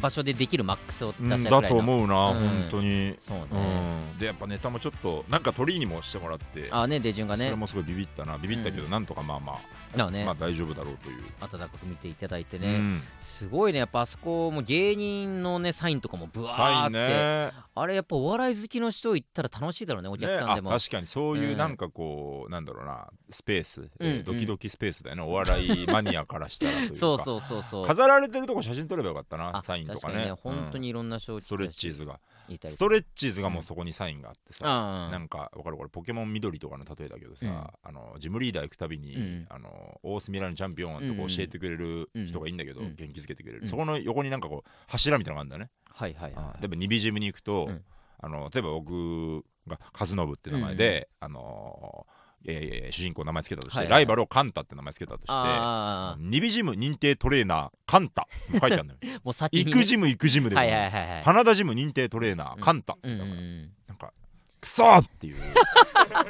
Speaker 1: 場所でできるマックスを
Speaker 2: うん
Speaker 1: 出したぐ
Speaker 2: だ
Speaker 1: らい
Speaker 2: と
Speaker 1: の、
Speaker 2: 思うな、
Speaker 1: うん
Speaker 2: 本当に、
Speaker 1: そうね、
Speaker 2: うん、でやっぱネタもちょっとなんか鳥にもしてもらって
Speaker 1: あね出順が
Speaker 2: それ
Speaker 1: ね
Speaker 2: もすごいビビったなビビったけど、
Speaker 1: うん
Speaker 2: なんとかまあまあ
Speaker 1: なあね、
Speaker 2: まあ大丈夫だろうという。
Speaker 1: 温かく見ていただいて
Speaker 2: う
Speaker 1: ね、
Speaker 2: ん
Speaker 1: すごいねやっぱあそこも芸人のねサインとかもブワー
Speaker 2: サ
Speaker 1: っ
Speaker 2: イ
Speaker 1: て、
Speaker 2: ンね
Speaker 1: あれやっぱお笑い好きの人行ったら楽しいだろうねお客
Speaker 2: ね
Speaker 1: さんでも、
Speaker 2: あ確かにそういう
Speaker 1: うん
Speaker 2: なんかこう、なんだろうなスペース、え
Speaker 1: うんう
Speaker 2: ー
Speaker 1: ん
Speaker 2: ドキドキスペースだよねお笑いマニアからしたらという
Speaker 1: *laughs*
Speaker 2: か
Speaker 1: そうそうそうそう
Speaker 2: 飾られてるとこ写真撮ればよかったな
Speaker 1: あ
Speaker 2: サインと
Speaker 1: 確
Speaker 2: か
Speaker 1: か
Speaker 2: ね
Speaker 1: にね、
Speaker 2: うん
Speaker 1: 本当にいろんな商
Speaker 2: スト
Speaker 1: 品
Speaker 2: レッチーズが
Speaker 1: いたり
Speaker 2: ス
Speaker 1: とか
Speaker 2: トレッチーズがもうそこにサインがあってさ、
Speaker 1: ああ
Speaker 2: なんかわかるこれポケモン緑とかの例えだけど
Speaker 1: う
Speaker 2: さ、
Speaker 1: ん
Speaker 2: あのジムリーダー行くたびに、
Speaker 1: うん
Speaker 2: あのオースミラーのチャンピオンと
Speaker 1: うんう
Speaker 2: こ
Speaker 1: ん
Speaker 2: う教えてくれる人がいいんだけど、
Speaker 1: うん
Speaker 2: 元気づけてくれる、
Speaker 1: うん
Speaker 2: そこの横になんかこう柱みたいなのがあるんだね、
Speaker 1: はいはい
Speaker 2: あ
Speaker 1: は
Speaker 2: あ
Speaker 1: い
Speaker 2: 例えばニビジムに行くと、
Speaker 1: うん
Speaker 2: あの例えば僕が和信って名前で、あのえー主人公の名前つけたとして、
Speaker 1: はいはいはい
Speaker 2: ライバルをカンタって名前つけたとして、
Speaker 1: あ
Speaker 2: ニビジム認定トレーナーカンタって書いてあるのよ
Speaker 1: *laughs* あもう先にね
Speaker 2: 行くジム行くジムでも、
Speaker 1: はいはいはいはい
Speaker 2: カナダジム認定トレーナーカンタ、
Speaker 1: うんうんう
Speaker 2: だから
Speaker 1: ん
Speaker 2: なんかクソーっ
Speaker 1: *laughs*
Speaker 2: ていう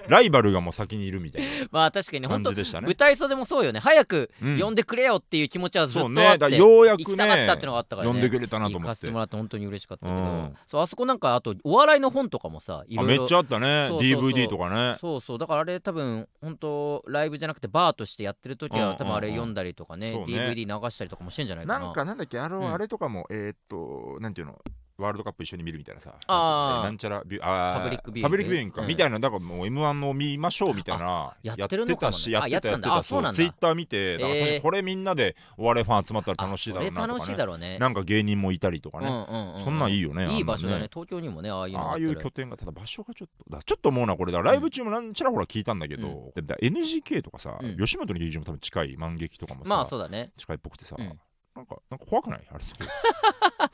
Speaker 2: ライバルがもう先にいるみたい
Speaker 1: まあ確かに
Speaker 2: な
Speaker 1: 本
Speaker 2: 感
Speaker 1: 当
Speaker 2: じでした
Speaker 1: 舞
Speaker 2: ね。
Speaker 1: 台袖もそうよね早く
Speaker 2: うん
Speaker 1: 呼んでくれよっていう気持ちはずっと
Speaker 2: そう
Speaker 1: あ
Speaker 2: ね、
Speaker 1: って、
Speaker 2: だからようやくね、
Speaker 1: 行きたかったってのがあったからね
Speaker 2: 呼んでくれたなと
Speaker 1: 行
Speaker 2: 思
Speaker 1: か
Speaker 2: っ
Speaker 1: せ
Speaker 2: て。
Speaker 1: てもらって本当に嬉しかったけど、
Speaker 2: うん
Speaker 1: そうあそこなんかあとお笑いの本とかもさい
Speaker 2: あ
Speaker 1: ろ
Speaker 2: め
Speaker 1: い
Speaker 2: っ
Speaker 1: ろ
Speaker 2: ちゃあったね、
Speaker 1: そうそうそう
Speaker 2: DVD とかね。
Speaker 1: そうそうだからあれ多分本当ライブじゃなくてバーとしてやってる時
Speaker 2: うんうんう
Speaker 1: は
Speaker 2: ん
Speaker 1: 多分あれ読んだりとかね,、
Speaker 2: そうね
Speaker 1: DVD 流したりとかもしてんじゃないか
Speaker 2: な
Speaker 1: なん
Speaker 2: かなんだっけ、あの、
Speaker 1: うん
Speaker 2: あれとかも、えーっと、なんていうの、ワールドカップ一緒に見るみたいなさ、
Speaker 1: あー
Speaker 2: なんちゃらビュー、あ
Speaker 1: パブリックビューイング
Speaker 2: パブリックビューイングか、
Speaker 1: うん
Speaker 2: みたいな、だからもう M1 を見ましょうみたいな、
Speaker 1: やってるのかもね
Speaker 2: やってたし、や
Speaker 1: あ
Speaker 2: っ
Speaker 1: やっててた
Speaker 2: たや
Speaker 1: ん
Speaker 2: っ
Speaker 1: だ
Speaker 2: て
Speaker 1: あ
Speaker 2: た、
Speaker 1: そうなんだ
Speaker 2: ツイッター見て、だから確か
Speaker 1: えー
Speaker 2: にこれみんなでお笑いファン集まったら楽しいだろうな
Speaker 1: あそれ
Speaker 2: と
Speaker 1: 楽し
Speaker 2: か
Speaker 1: い
Speaker 2: ね
Speaker 1: だ。ろうね
Speaker 2: なんか芸人もいたりとかね。
Speaker 1: うんうんうん、
Speaker 2: そんなんいいよね。
Speaker 1: いい場所だ
Speaker 2: あん
Speaker 1: ね
Speaker 2: な
Speaker 1: 東京にもねああいうのが
Speaker 2: あ
Speaker 1: あ
Speaker 2: あ
Speaker 1: っ
Speaker 2: い
Speaker 1: たら
Speaker 2: う拠点がただ場所がちょっとだちょっともうなこれだライブ中もなんちらほら聞いたんだけど、でだ NGK とかさ、
Speaker 1: うん
Speaker 2: 吉本の劇場も多分近い万劇とかもさ、
Speaker 1: まあそうだね
Speaker 2: 近いっぽくてさ、
Speaker 1: うん
Speaker 2: なんかなんか怖くないあれすごい *laughs*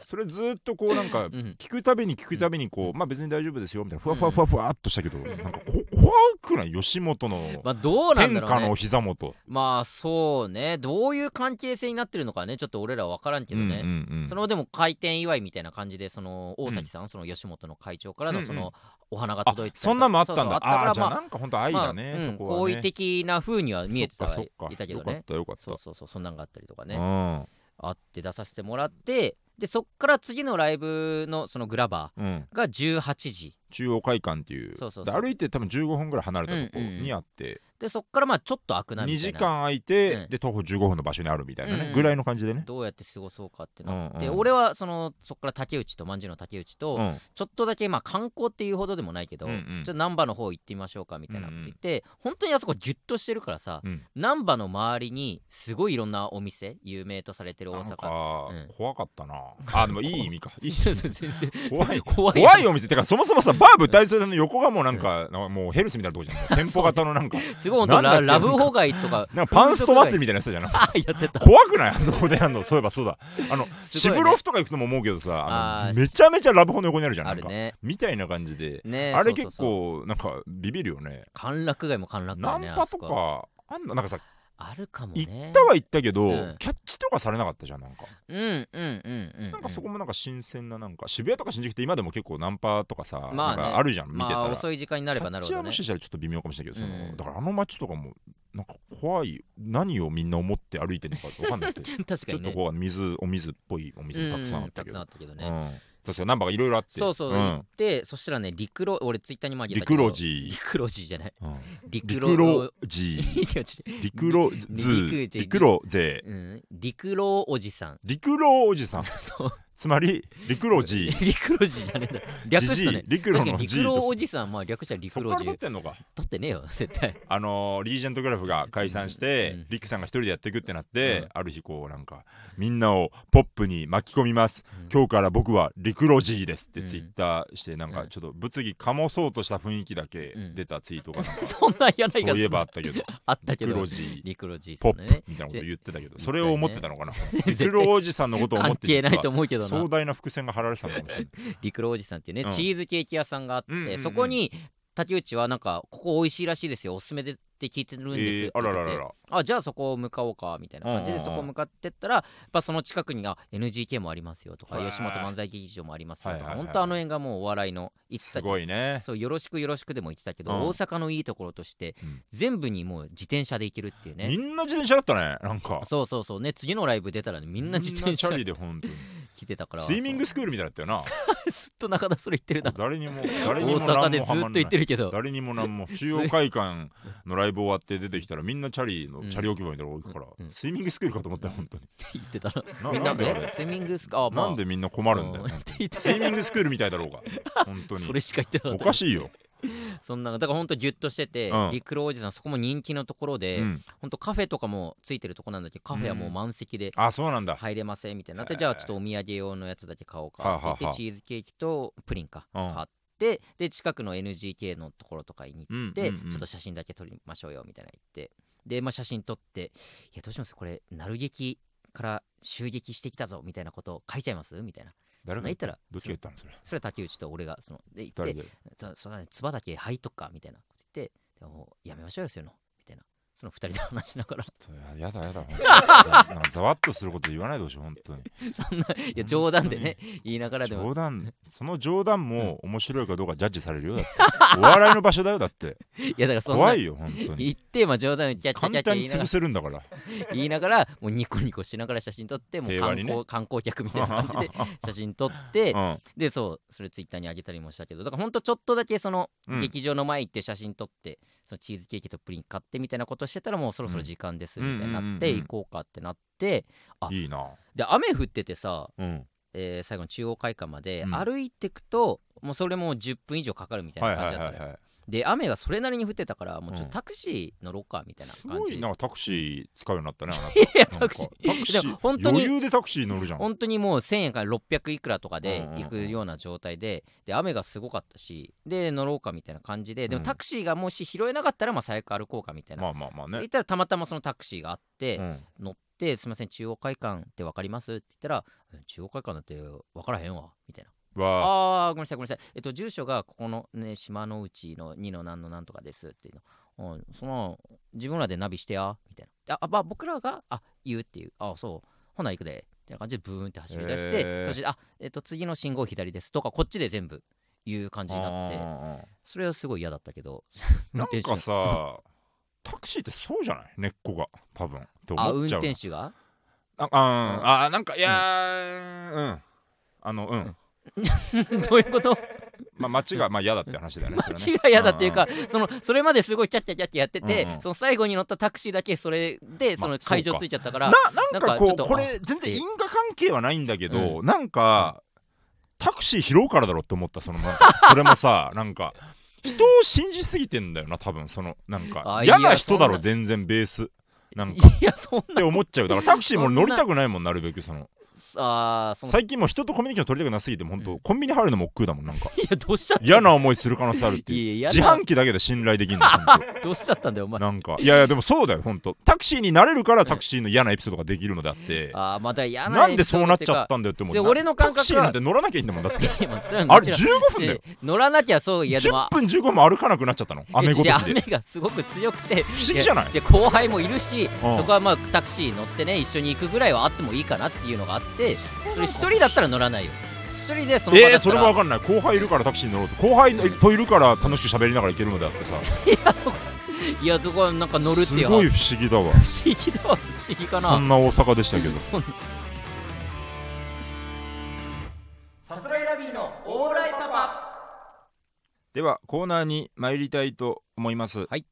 Speaker 2: それずっとこうなんか
Speaker 1: うん
Speaker 2: 聞くたびに聞くたびにこう、まあ別に大丈夫ですよみたいなふわふわ
Speaker 1: うん
Speaker 2: ふわふわっとしたけど、なんかこ怖くない吉本の
Speaker 1: まあどうなんだ
Speaker 2: 天
Speaker 1: ろう
Speaker 2: 下
Speaker 1: ね
Speaker 2: の膝元、
Speaker 1: まあそうねどういう関係性になってるのかはねちょっと俺らは分からんけどね、
Speaker 2: うんうんうん
Speaker 1: そのでも開店祝いみたいな感じでその大崎さん、その吉本の会長からのそ
Speaker 2: うんう
Speaker 1: のお花が
Speaker 2: あ
Speaker 1: 届いてたりとか
Speaker 2: そんなもあったんだ
Speaker 1: そうそう
Speaker 2: あ
Speaker 1: あ
Speaker 2: あ
Speaker 1: った
Speaker 2: じゃ
Speaker 1: から
Speaker 2: あ
Speaker 1: まあ
Speaker 2: なんか本当愛だね、
Speaker 1: まあうん
Speaker 2: そこは
Speaker 1: 好意
Speaker 2: ね
Speaker 1: 的な風には見えてた
Speaker 2: そっかそっか
Speaker 1: いたけど
Speaker 2: よか
Speaker 1: ね
Speaker 2: ったよかった
Speaker 1: そうそうそうそんなんがあったりとかね、
Speaker 2: ね
Speaker 1: あって出させてもらってでそっから次のライブのそのグラバ
Speaker 2: うん、うん
Speaker 1: ーが18時
Speaker 2: 中央会館っていう
Speaker 1: そうそうそう
Speaker 2: で歩いて多分15分ぐらい離れたとこ
Speaker 1: うんうんうん
Speaker 2: にあって、
Speaker 1: でそっからまあちょっと開くなみ
Speaker 2: 2
Speaker 1: たい
Speaker 2: 時
Speaker 1: な
Speaker 2: 間空いて、
Speaker 1: うん
Speaker 2: で徒歩15分の場所にあるみたいなね、
Speaker 1: うんうん
Speaker 2: ぐらいの感じでね、
Speaker 1: どうやって過ごそうかってなって、
Speaker 2: うんうん
Speaker 1: 俺はそのそっから竹内とまんじゅうの竹内と、
Speaker 2: うん、
Speaker 1: ちょっとだけまあ観光っていうほどでもないけど、
Speaker 2: うんうん
Speaker 1: ちょっと難波の方行ってみましょうかみたいなこと言って、本当にあそこギュッとしてるからさ、
Speaker 2: うん
Speaker 1: 難波の周りにすごいいろんなお店有名とされてる
Speaker 2: な
Speaker 1: 大
Speaker 2: ん
Speaker 1: *laughs* 阪
Speaker 2: か、
Speaker 1: うん
Speaker 2: 怖かっ
Speaker 1: *laughs*
Speaker 2: たなあでもいい意味かいい意味
Speaker 1: そうそう全然
Speaker 2: 怖い
Speaker 1: 怖い
Speaker 2: 怖いお店ってかそもそもさバーブ体操の横がもうなん
Speaker 1: *laughs*
Speaker 2: か、なんかもうヘルスみたいなとこじゃん店舗型のなんか
Speaker 1: すごい本当ラ
Speaker 2: なんだ
Speaker 1: ラ
Speaker 2: っけ
Speaker 1: ブホ街とか
Speaker 2: なんかパンスト祭りみたいなや
Speaker 1: *laughs*
Speaker 2: つじゃんなんか
Speaker 1: りやってた
Speaker 2: 怖くないあそこでやんのそういえばそうだあの、
Speaker 1: す
Speaker 2: シ
Speaker 1: ごいね
Speaker 2: ブロフとか行くとも思うけどさあ
Speaker 1: あ
Speaker 2: の
Speaker 1: ー
Speaker 2: めちゃめちゃラブホの横にあるじゃんな
Speaker 1: あ
Speaker 2: ん
Speaker 1: る
Speaker 2: か、
Speaker 1: ね
Speaker 2: みたいな感じで
Speaker 1: ね
Speaker 2: あ
Speaker 1: そ
Speaker 2: れ
Speaker 1: うそう
Speaker 2: 結
Speaker 1: そう
Speaker 2: 構なんかビビるよね。
Speaker 1: 歓楽街も歓楽
Speaker 2: ナ
Speaker 1: 街
Speaker 2: ン
Speaker 1: ね
Speaker 2: パと
Speaker 1: あそこ
Speaker 2: かあんななんかさ
Speaker 1: あるかもね
Speaker 2: 行ったは行ったけど、
Speaker 1: うん
Speaker 2: キャッチとかされなかったじゃんなんか
Speaker 1: うんうんうんうん、うん、
Speaker 2: なんかそこもなんか新鮮ななんか渋谷とか新宿って今でも結構ナンパとかさ、
Speaker 1: まあね
Speaker 2: なんかあるじゃん見てたら、
Speaker 1: まあ遅い時間になればなるほ
Speaker 2: キ
Speaker 1: ど
Speaker 2: ャッチはも
Speaker 1: ね
Speaker 2: しかしたらちょっと微妙かもしれないけど、その
Speaker 1: うん
Speaker 2: だからあの街とかもなんか怖い何をみんな思って歩いてるのかわかんなくて、
Speaker 1: *laughs* 確か
Speaker 2: ち
Speaker 1: に
Speaker 2: ょっと
Speaker 1: ね
Speaker 2: こう水お水っぽいお店たくさんあったけど、
Speaker 1: う
Speaker 2: うんん
Speaker 1: たくさんあったけどね、
Speaker 2: そうそうナンバーがいろいろあって
Speaker 1: そうそう、
Speaker 2: ん
Speaker 1: 行ってそしたらね陸路俺ツイッターにもあげた
Speaker 2: リ
Speaker 1: けど
Speaker 2: クロジー
Speaker 1: 陸路じゃない
Speaker 2: うん
Speaker 1: 陸
Speaker 2: リ
Speaker 1: 路
Speaker 2: クロジー
Speaker 1: いやちょっ
Speaker 2: リクロ
Speaker 1: *laughs*
Speaker 2: ズ
Speaker 1: リクジェ
Speaker 2: リクロゼ
Speaker 1: とうん陸路おじさん
Speaker 2: リクロおじさん
Speaker 1: そう
Speaker 2: つまりリクロジー
Speaker 1: 陸路じじゃねえんだ略
Speaker 2: ジ
Speaker 1: し
Speaker 2: ジ
Speaker 1: た
Speaker 2: イ
Speaker 1: ね
Speaker 2: リクロ
Speaker 1: 確かに
Speaker 2: の
Speaker 1: 陸
Speaker 2: G
Speaker 1: 路
Speaker 2: と
Speaker 1: おじさんまあ略したら陸
Speaker 2: そこ
Speaker 1: 路
Speaker 2: か
Speaker 1: じ
Speaker 2: ら
Speaker 1: 取
Speaker 2: 取ってんのか
Speaker 1: ってねえよ絶対
Speaker 2: あのーリージェントグラフが解散して、
Speaker 1: うん
Speaker 2: リックさんが一人でやっていくってなって、
Speaker 1: うん
Speaker 2: ある日こうなんかみんなをポップに巻き込みます、
Speaker 1: うん
Speaker 2: 今日から僕はリクロジーですって
Speaker 1: うん
Speaker 2: ツイッターしてなん
Speaker 1: う
Speaker 2: か
Speaker 1: ん
Speaker 2: ちょっと物議かもそうとした雰囲気だけ
Speaker 1: うん
Speaker 2: 出たツイートが、
Speaker 1: そん *laughs* な嫌な言い
Speaker 2: そ
Speaker 1: 方
Speaker 2: ういえばあっ
Speaker 1: す
Speaker 2: たけど
Speaker 1: るあったけ
Speaker 2: リク
Speaker 1: ど
Speaker 2: ロジー
Speaker 1: 陸路じ
Speaker 2: ポ
Speaker 1: さん
Speaker 2: ップ
Speaker 1: ね
Speaker 2: みたいなこと言ってたけど
Speaker 1: じゃ
Speaker 2: それを思ってたの
Speaker 1: *laughs*
Speaker 2: かな、
Speaker 1: 対
Speaker 2: リ
Speaker 1: ね
Speaker 2: クロおじさんのことを思
Speaker 1: 関
Speaker 2: って実
Speaker 1: 係
Speaker 2: は
Speaker 1: ないと思うけどな
Speaker 2: 壮大な伏線が張られてたのかもしれない
Speaker 1: 陸路おじさんっていうね、
Speaker 2: うん
Speaker 1: チーズケーキ屋さんがあって、
Speaker 2: うんうんうん
Speaker 1: そこに竹内はなんかここ美味しいらしいですよおすすめでって聞いてるんです
Speaker 2: えーあらららら
Speaker 1: あじゃあそこを向かおうかみたいな感じ
Speaker 2: う
Speaker 1: で
Speaker 2: んうんうん
Speaker 1: そこ向かってったらやっぱその近くにあ NGK もありますよとか
Speaker 2: はい
Speaker 1: 吉本漫才劇場もありますよとか、
Speaker 2: はいはいはい
Speaker 1: 本当あの辺がもうお笑いの言って
Speaker 2: す
Speaker 1: た
Speaker 2: ごいね
Speaker 1: そうよろしくよろしくでも言ってたけど、
Speaker 2: うん
Speaker 1: 大阪のいいところとして、
Speaker 2: うん
Speaker 1: 全部にもう自転車で行けるっていう
Speaker 2: み
Speaker 1: ね
Speaker 2: んな自転車だったねなんか
Speaker 1: そうそうそうね次のライブ出たらね、みんな自転車
Speaker 2: みんなチャリで本当に
Speaker 1: 来てたから
Speaker 2: スイミングスクールみたいだったよな
Speaker 1: そうずっと中田それ言って *laughs* るな
Speaker 2: 誰にも
Speaker 1: 大
Speaker 2: 誰にも
Speaker 1: 阪でずっと言って
Speaker 2: る
Speaker 1: るけど
Speaker 2: 誰にも何も中央会館のライブ終わって出てきたらみんなチャリ
Speaker 1: う
Speaker 2: の、
Speaker 1: ん
Speaker 2: チャリ置き場みたいなとこ行くから、
Speaker 1: うん
Speaker 2: スイミングスクールかと思ったよ本当に
Speaker 1: 言ってたら
Speaker 2: な
Speaker 1: みん
Speaker 2: な
Speaker 1: なん
Speaker 2: であ
Speaker 1: で
Speaker 2: れ
Speaker 1: スイミングスカー
Speaker 2: なんでみんな困るんだよ、
Speaker 1: *laughs* って言って *laughs*
Speaker 2: スイミングスクールみたいだろうが本当
Speaker 1: そ
Speaker 2: に
Speaker 1: れしか言ってな
Speaker 2: お
Speaker 1: か
Speaker 2: か
Speaker 1: った
Speaker 2: しいよ
Speaker 1: そんなだからほんとギュッとしてて、
Speaker 2: うん
Speaker 1: リクロおじさんそこも人気のところで、
Speaker 2: うん
Speaker 1: ほんとカフェとかもついてるとこなんだけどカフェはもう満席で
Speaker 2: あそうなんだ、
Speaker 1: 入れませんみたいになっ
Speaker 2: へ
Speaker 1: て
Speaker 2: ー
Speaker 1: じゃあちょっとお土産用のやつだけ買おう
Speaker 2: はあ
Speaker 1: か
Speaker 2: はあ
Speaker 1: って言
Speaker 2: は
Speaker 1: って
Speaker 2: あ
Speaker 1: チーズケーキとプリンか
Speaker 2: うん
Speaker 1: 買ってで近くの NGK のところとかに行ってで、
Speaker 2: うんうんうん
Speaker 1: ちょっと写真だけ撮りましょうよみたいな言ってで、まあ、写真撮っていやどうしますこれ鳴る劇から襲撃してきたぞみたいなことを書いちゃいますみたいな
Speaker 2: 誰
Speaker 1: そんな
Speaker 2: が
Speaker 1: 言ったら
Speaker 2: どっちが
Speaker 1: そ
Speaker 2: 言
Speaker 1: の
Speaker 2: ったのそれ
Speaker 1: それは竹内と俺がそので言って
Speaker 2: 誰で
Speaker 1: そそんなね唾だけ吐いとくかみたいなこと言ってでもうやめましょうよそういうのみたいなその二人で話しながら
Speaker 2: ちょっとややだやだざ
Speaker 1: *laughs*
Speaker 2: なんかざわっとすること言わないでほしい本当に
Speaker 1: そんないや冗談でね言いながらでも
Speaker 2: 冗談その冗談も面白いかどうかジャッジされるよ
Speaker 1: *laughs*
Speaker 2: だってお笑いの場所だよだって
Speaker 1: いやだからそんな
Speaker 2: 怖いよ本当に
Speaker 1: 言ってまあ冗談でキャッキャキャ
Speaker 2: 簡
Speaker 1: ッキャ
Speaker 2: 単
Speaker 1: 言い
Speaker 2: に
Speaker 1: なが
Speaker 2: 潰
Speaker 1: ら
Speaker 2: せるんだから
Speaker 1: 言いながらもうニコニコしながら写真撮ってもう
Speaker 2: 平和
Speaker 1: 観
Speaker 2: に
Speaker 1: 光,、
Speaker 2: ね
Speaker 1: 観光客みたいな感じで写真撮って *laughs*
Speaker 2: う、ん
Speaker 1: でそうそれツイッターに上げたりもしたけどだからほんとちょっとだけその
Speaker 2: うん
Speaker 1: 劇場の前行って写真撮って、そのチーズケーキとプリン買ってみたいなことしてたらもうそろそろ時間です
Speaker 2: うん
Speaker 1: みたいになっ
Speaker 2: うん
Speaker 1: て
Speaker 2: うんうんうん
Speaker 1: 行こうかってなってあ
Speaker 2: いいな
Speaker 1: で雨降っててさ、
Speaker 2: うん
Speaker 1: えー最後の中央会館まで
Speaker 2: うん
Speaker 1: 歩いてくと、もうそれも10分以上かかるみたい
Speaker 2: はい
Speaker 1: な感
Speaker 2: はい
Speaker 1: じだった
Speaker 2: は
Speaker 1: の
Speaker 2: い
Speaker 1: よ
Speaker 2: はい
Speaker 1: で雨がそれなりに降ってたからもうちょっ
Speaker 2: うん
Speaker 1: とタクシー乗ろうかみたいな
Speaker 2: す
Speaker 1: 感
Speaker 2: ご
Speaker 1: じ、
Speaker 2: いなんかタクシー使うようになったねあな
Speaker 1: *laughs*
Speaker 2: た
Speaker 1: いや
Speaker 2: な
Speaker 1: タ
Speaker 2: んか
Speaker 1: クシー
Speaker 2: タクシ
Speaker 1: で
Speaker 2: ー
Speaker 1: も本当に
Speaker 2: 余裕でタクシー乗るじゃん
Speaker 1: 本当にもう1000円から600いくらとかで
Speaker 2: うんうんうん
Speaker 1: 行くような状態でで雨がすごかったしで乗ろうかみたいな感じでで
Speaker 2: う
Speaker 1: も
Speaker 2: ん
Speaker 1: タクシーがもし拾えなかったらまあ最悪歩こうかみたいな、
Speaker 2: まあまあまあ
Speaker 1: で
Speaker 2: ね
Speaker 1: 言ったらたまたまそのタクシーがあって、
Speaker 2: うん
Speaker 1: 乗って「すいません中央会館って分かります?」って言ったらうん「中央会館だって分からへんわ」みたいな「
Speaker 2: わあ
Speaker 1: あーごめんなさいごめんなさいえっと住所がここのね島の内の2の何の何とかです」っていうの、うん、その自分らでナビしてや」みたいな「ああ、まあ、僕らがあ言うっていうあそうほな行くで」みたいな感じでブーンって走り出して、
Speaker 2: へー
Speaker 1: 途中であえっと次の信号左です」とかこっちで全部言う感じになって
Speaker 2: あ
Speaker 1: それはすごい嫌だったけど
Speaker 2: ーなん
Speaker 1: 運転手
Speaker 2: かさタクシーってそうじゃない根っこが多分って
Speaker 1: あ
Speaker 2: 思
Speaker 1: 運
Speaker 2: っちゃうの
Speaker 1: 転手が *laughs*
Speaker 2: なんかうんあなんかいやーうんあのうん
Speaker 1: どういうこと
Speaker 2: まあ街がまあ嫌だって話だよねそれ
Speaker 1: 街
Speaker 2: ね
Speaker 1: が嫌だっていうか
Speaker 2: ん、
Speaker 1: そのそれまですごいキャッキャキャッキャやってて、
Speaker 2: うんうん
Speaker 1: その最後に乗ったタクシーだけそれでその
Speaker 2: まあ
Speaker 1: 会場ついちゃったから、
Speaker 2: なな
Speaker 1: な
Speaker 2: んか
Speaker 1: んかち
Speaker 2: こ
Speaker 1: ょっ
Speaker 2: う
Speaker 1: と
Speaker 2: これ
Speaker 1: あ
Speaker 2: 全然
Speaker 1: え
Speaker 2: 因果関係はないんだけどなんかタクシー拾うからだろって思ったそのなんかそれもさなんか人を信じすぎてんだよな多分そのなんか
Speaker 1: あ
Speaker 2: 嫌
Speaker 1: い
Speaker 2: な
Speaker 1: や
Speaker 2: 人だろ
Speaker 1: そんな
Speaker 2: 全然ベースなんか
Speaker 1: *laughs* いやそん
Speaker 2: って思っちゃうだからタクシーも
Speaker 1: そんな
Speaker 2: 乗りたくないもんなるべくその
Speaker 1: あーその
Speaker 2: 最近もう人とコミュニケーション取りたくなすぎて本当、
Speaker 1: うん
Speaker 2: コンビニ入るのも億劫だもんなんか
Speaker 1: *laughs* いやどうしちゃった
Speaker 2: 嫌な思いする可能性あるっていう
Speaker 1: いや
Speaker 2: 自
Speaker 1: 嫌な
Speaker 2: 販機だけで信頼できんのほんと
Speaker 1: どうしちゃったんだよお前
Speaker 2: なんかいやいやでもそうだよ本当タクシーになれるからタクシーの嫌なエピソードができるのであって
Speaker 1: あーまた嫌な
Speaker 2: な
Speaker 1: エ
Speaker 2: ん
Speaker 1: ピ
Speaker 2: で
Speaker 1: ソ
Speaker 2: そ
Speaker 1: ー
Speaker 2: う
Speaker 1: ド
Speaker 2: なっ
Speaker 1: ってい
Speaker 2: ち
Speaker 1: う
Speaker 2: ゃっ
Speaker 1: か
Speaker 2: たんだよって思
Speaker 1: で
Speaker 2: う
Speaker 1: 俺の感覚は
Speaker 2: タクシーなんて乗らなきゃいいんだもんだって
Speaker 1: いやまあそれは
Speaker 2: あ
Speaker 1: も
Speaker 2: れ
Speaker 1: ちろん
Speaker 2: 15分だよ
Speaker 1: 乗らなきゃそういやでも
Speaker 2: 10分15分も歩かなくなっちゃったの雨ごと
Speaker 1: いや
Speaker 2: き
Speaker 1: 違う
Speaker 2: で
Speaker 1: 雨がすごく強くて
Speaker 2: 不思議じゃない
Speaker 1: や後輩もいるし、
Speaker 2: うん
Speaker 1: そこはまあタクシー乗ってね一緒に行くぐらいはあってもいいかなっていうのがあってそれ一人だったら乗らないよ一人でその場だったら、
Speaker 2: えー、それも分かんない後輩いるからタクシーに乗ろうと後輩といるから楽しく喋りながら行けるのであってさ
Speaker 1: いやそこいやそこはなんか乗るって
Speaker 2: す
Speaker 1: いう
Speaker 2: ごい不思議だ
Speaker 1: 不
Speaker 2: わ
Speaker 1: 思議だわ不思議か
Speaker 2: そ
Speaker 1: なん
Speaker 2: な大阪でしたけど
Speaker 1: *laughs* さすらいラビーのオーライパパ
Speaker 2: ではコーナーに参りたいと思います
Speaker 1: はい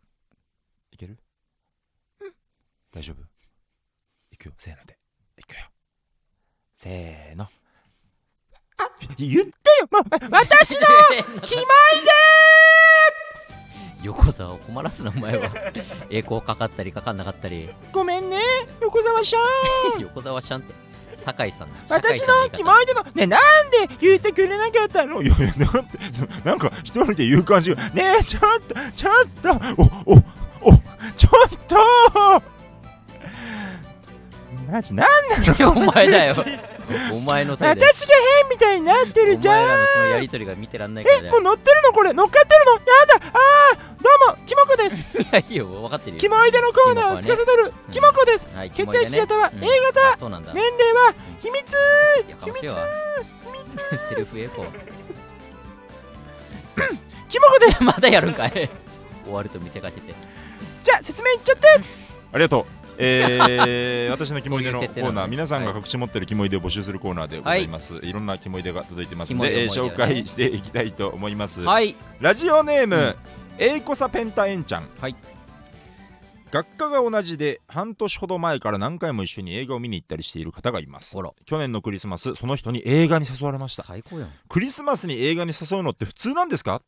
Speaker 2: いける大丈夫いくよせーのでいくよせーのあ言ったよ、ま、私の
Speaker 1: 決まりで横澤を困らすなお前は *laughs* 栄光かかったりかかんなかったり *laughs*
Speaker 2: ごめんね横澤シャン
Speaker 1: 横澤シャンって酒井さん酒井
Speaker 2: 私
Speaker 1: さん
Speaker 2: の
Speaker 1: 言い方
Speaker 2: キモいでのねなんで言ってくれなかったのいやいやなんてなんか一人で言う感じがねえちょっとちょっとおおおちょっとマジなんない
Speaker 1: やお前だよ *laughs* お前のせいで
Speaker 2: 私が変みたいになってる
Speaker 1: お
Speaker 2: じゃ
Speaker 1: 前
Speaker 2: ん
Speaker 1: らのそのやりとりが見てらんないからだ
Speaker 2: もう
Speaker 1: よ
Speaker 2: 乗ってるのこれ乗っかってるのやだあーどうもキモコです
Speaker 1: いやいいよ分かってる
Speaker 2: キ
Speaker 1: よ
Speaker 2: モいでのコーナーを
Speaker 1: キ
Speaker 2: 司
Speaker 1: モコはね
Speaker 2: る
Speaker 1: うん
Speaker 2: キモコです
Speaker 1: はい
Speaker 2: 血
Speaker 1: キモい
Speaker 2: 液
Speaker 1: でね
Speaker 2: 型は A
Speaker 1: うんあ
Speaker 2: 型
Speaker 1: そうなんだ
Speaker 2: 年齢は秘密
Speaker 1: いやかましいわ *laughs* セルフエコー
Speaker 2: キモコです
Speaker 1: まだやるんか
Speaker 2: *laughs*
Speaker 1: い終わると見せかけて
Speaker 2: じゃあ説明いっちゃってありがとう
Speaker 1: *laughs*
Speaker 2: えー私のキモイデの
Speaker 1: そう
Speaker 2: コ
Speaker 1: いう設定な
Speaker 2: ー
Speaker 1: の
Speaker 2: ナー
Speaker 1: ね
Speaker 2: 皆さんが隠し持ってるキモイデを募集するコーナーでございます、い、ろんなキモイデが届いてま
Speaker 1: キ
Speaker 2: すの
Speaker 1: モイ
Speaker 2: で、え
Speaker 1: デ
Speaker 2: ー
Speaker 1: 思い
Speaker 2: 紹
Speaker 1: 出がね
Speaker 2: 介していきたいと思います、
Speaker 1: はい
Speaker 2: ラジオネーム、
Speaker 1: うん
Speaker 2: エイコサペンタエンちゃん、
Speaker 1: はい
Speaker 2: 学科が同じで半年ほど前から何回も一緒に映画を見に行ったりしている方がいます
Speaker 1: ほら
Speaker 2: 去年のクリスマスその人に映画に誘われました
Speaker 1: 最高やん
Speaker 2: クリスマスに映画に誘うのって普通なんですか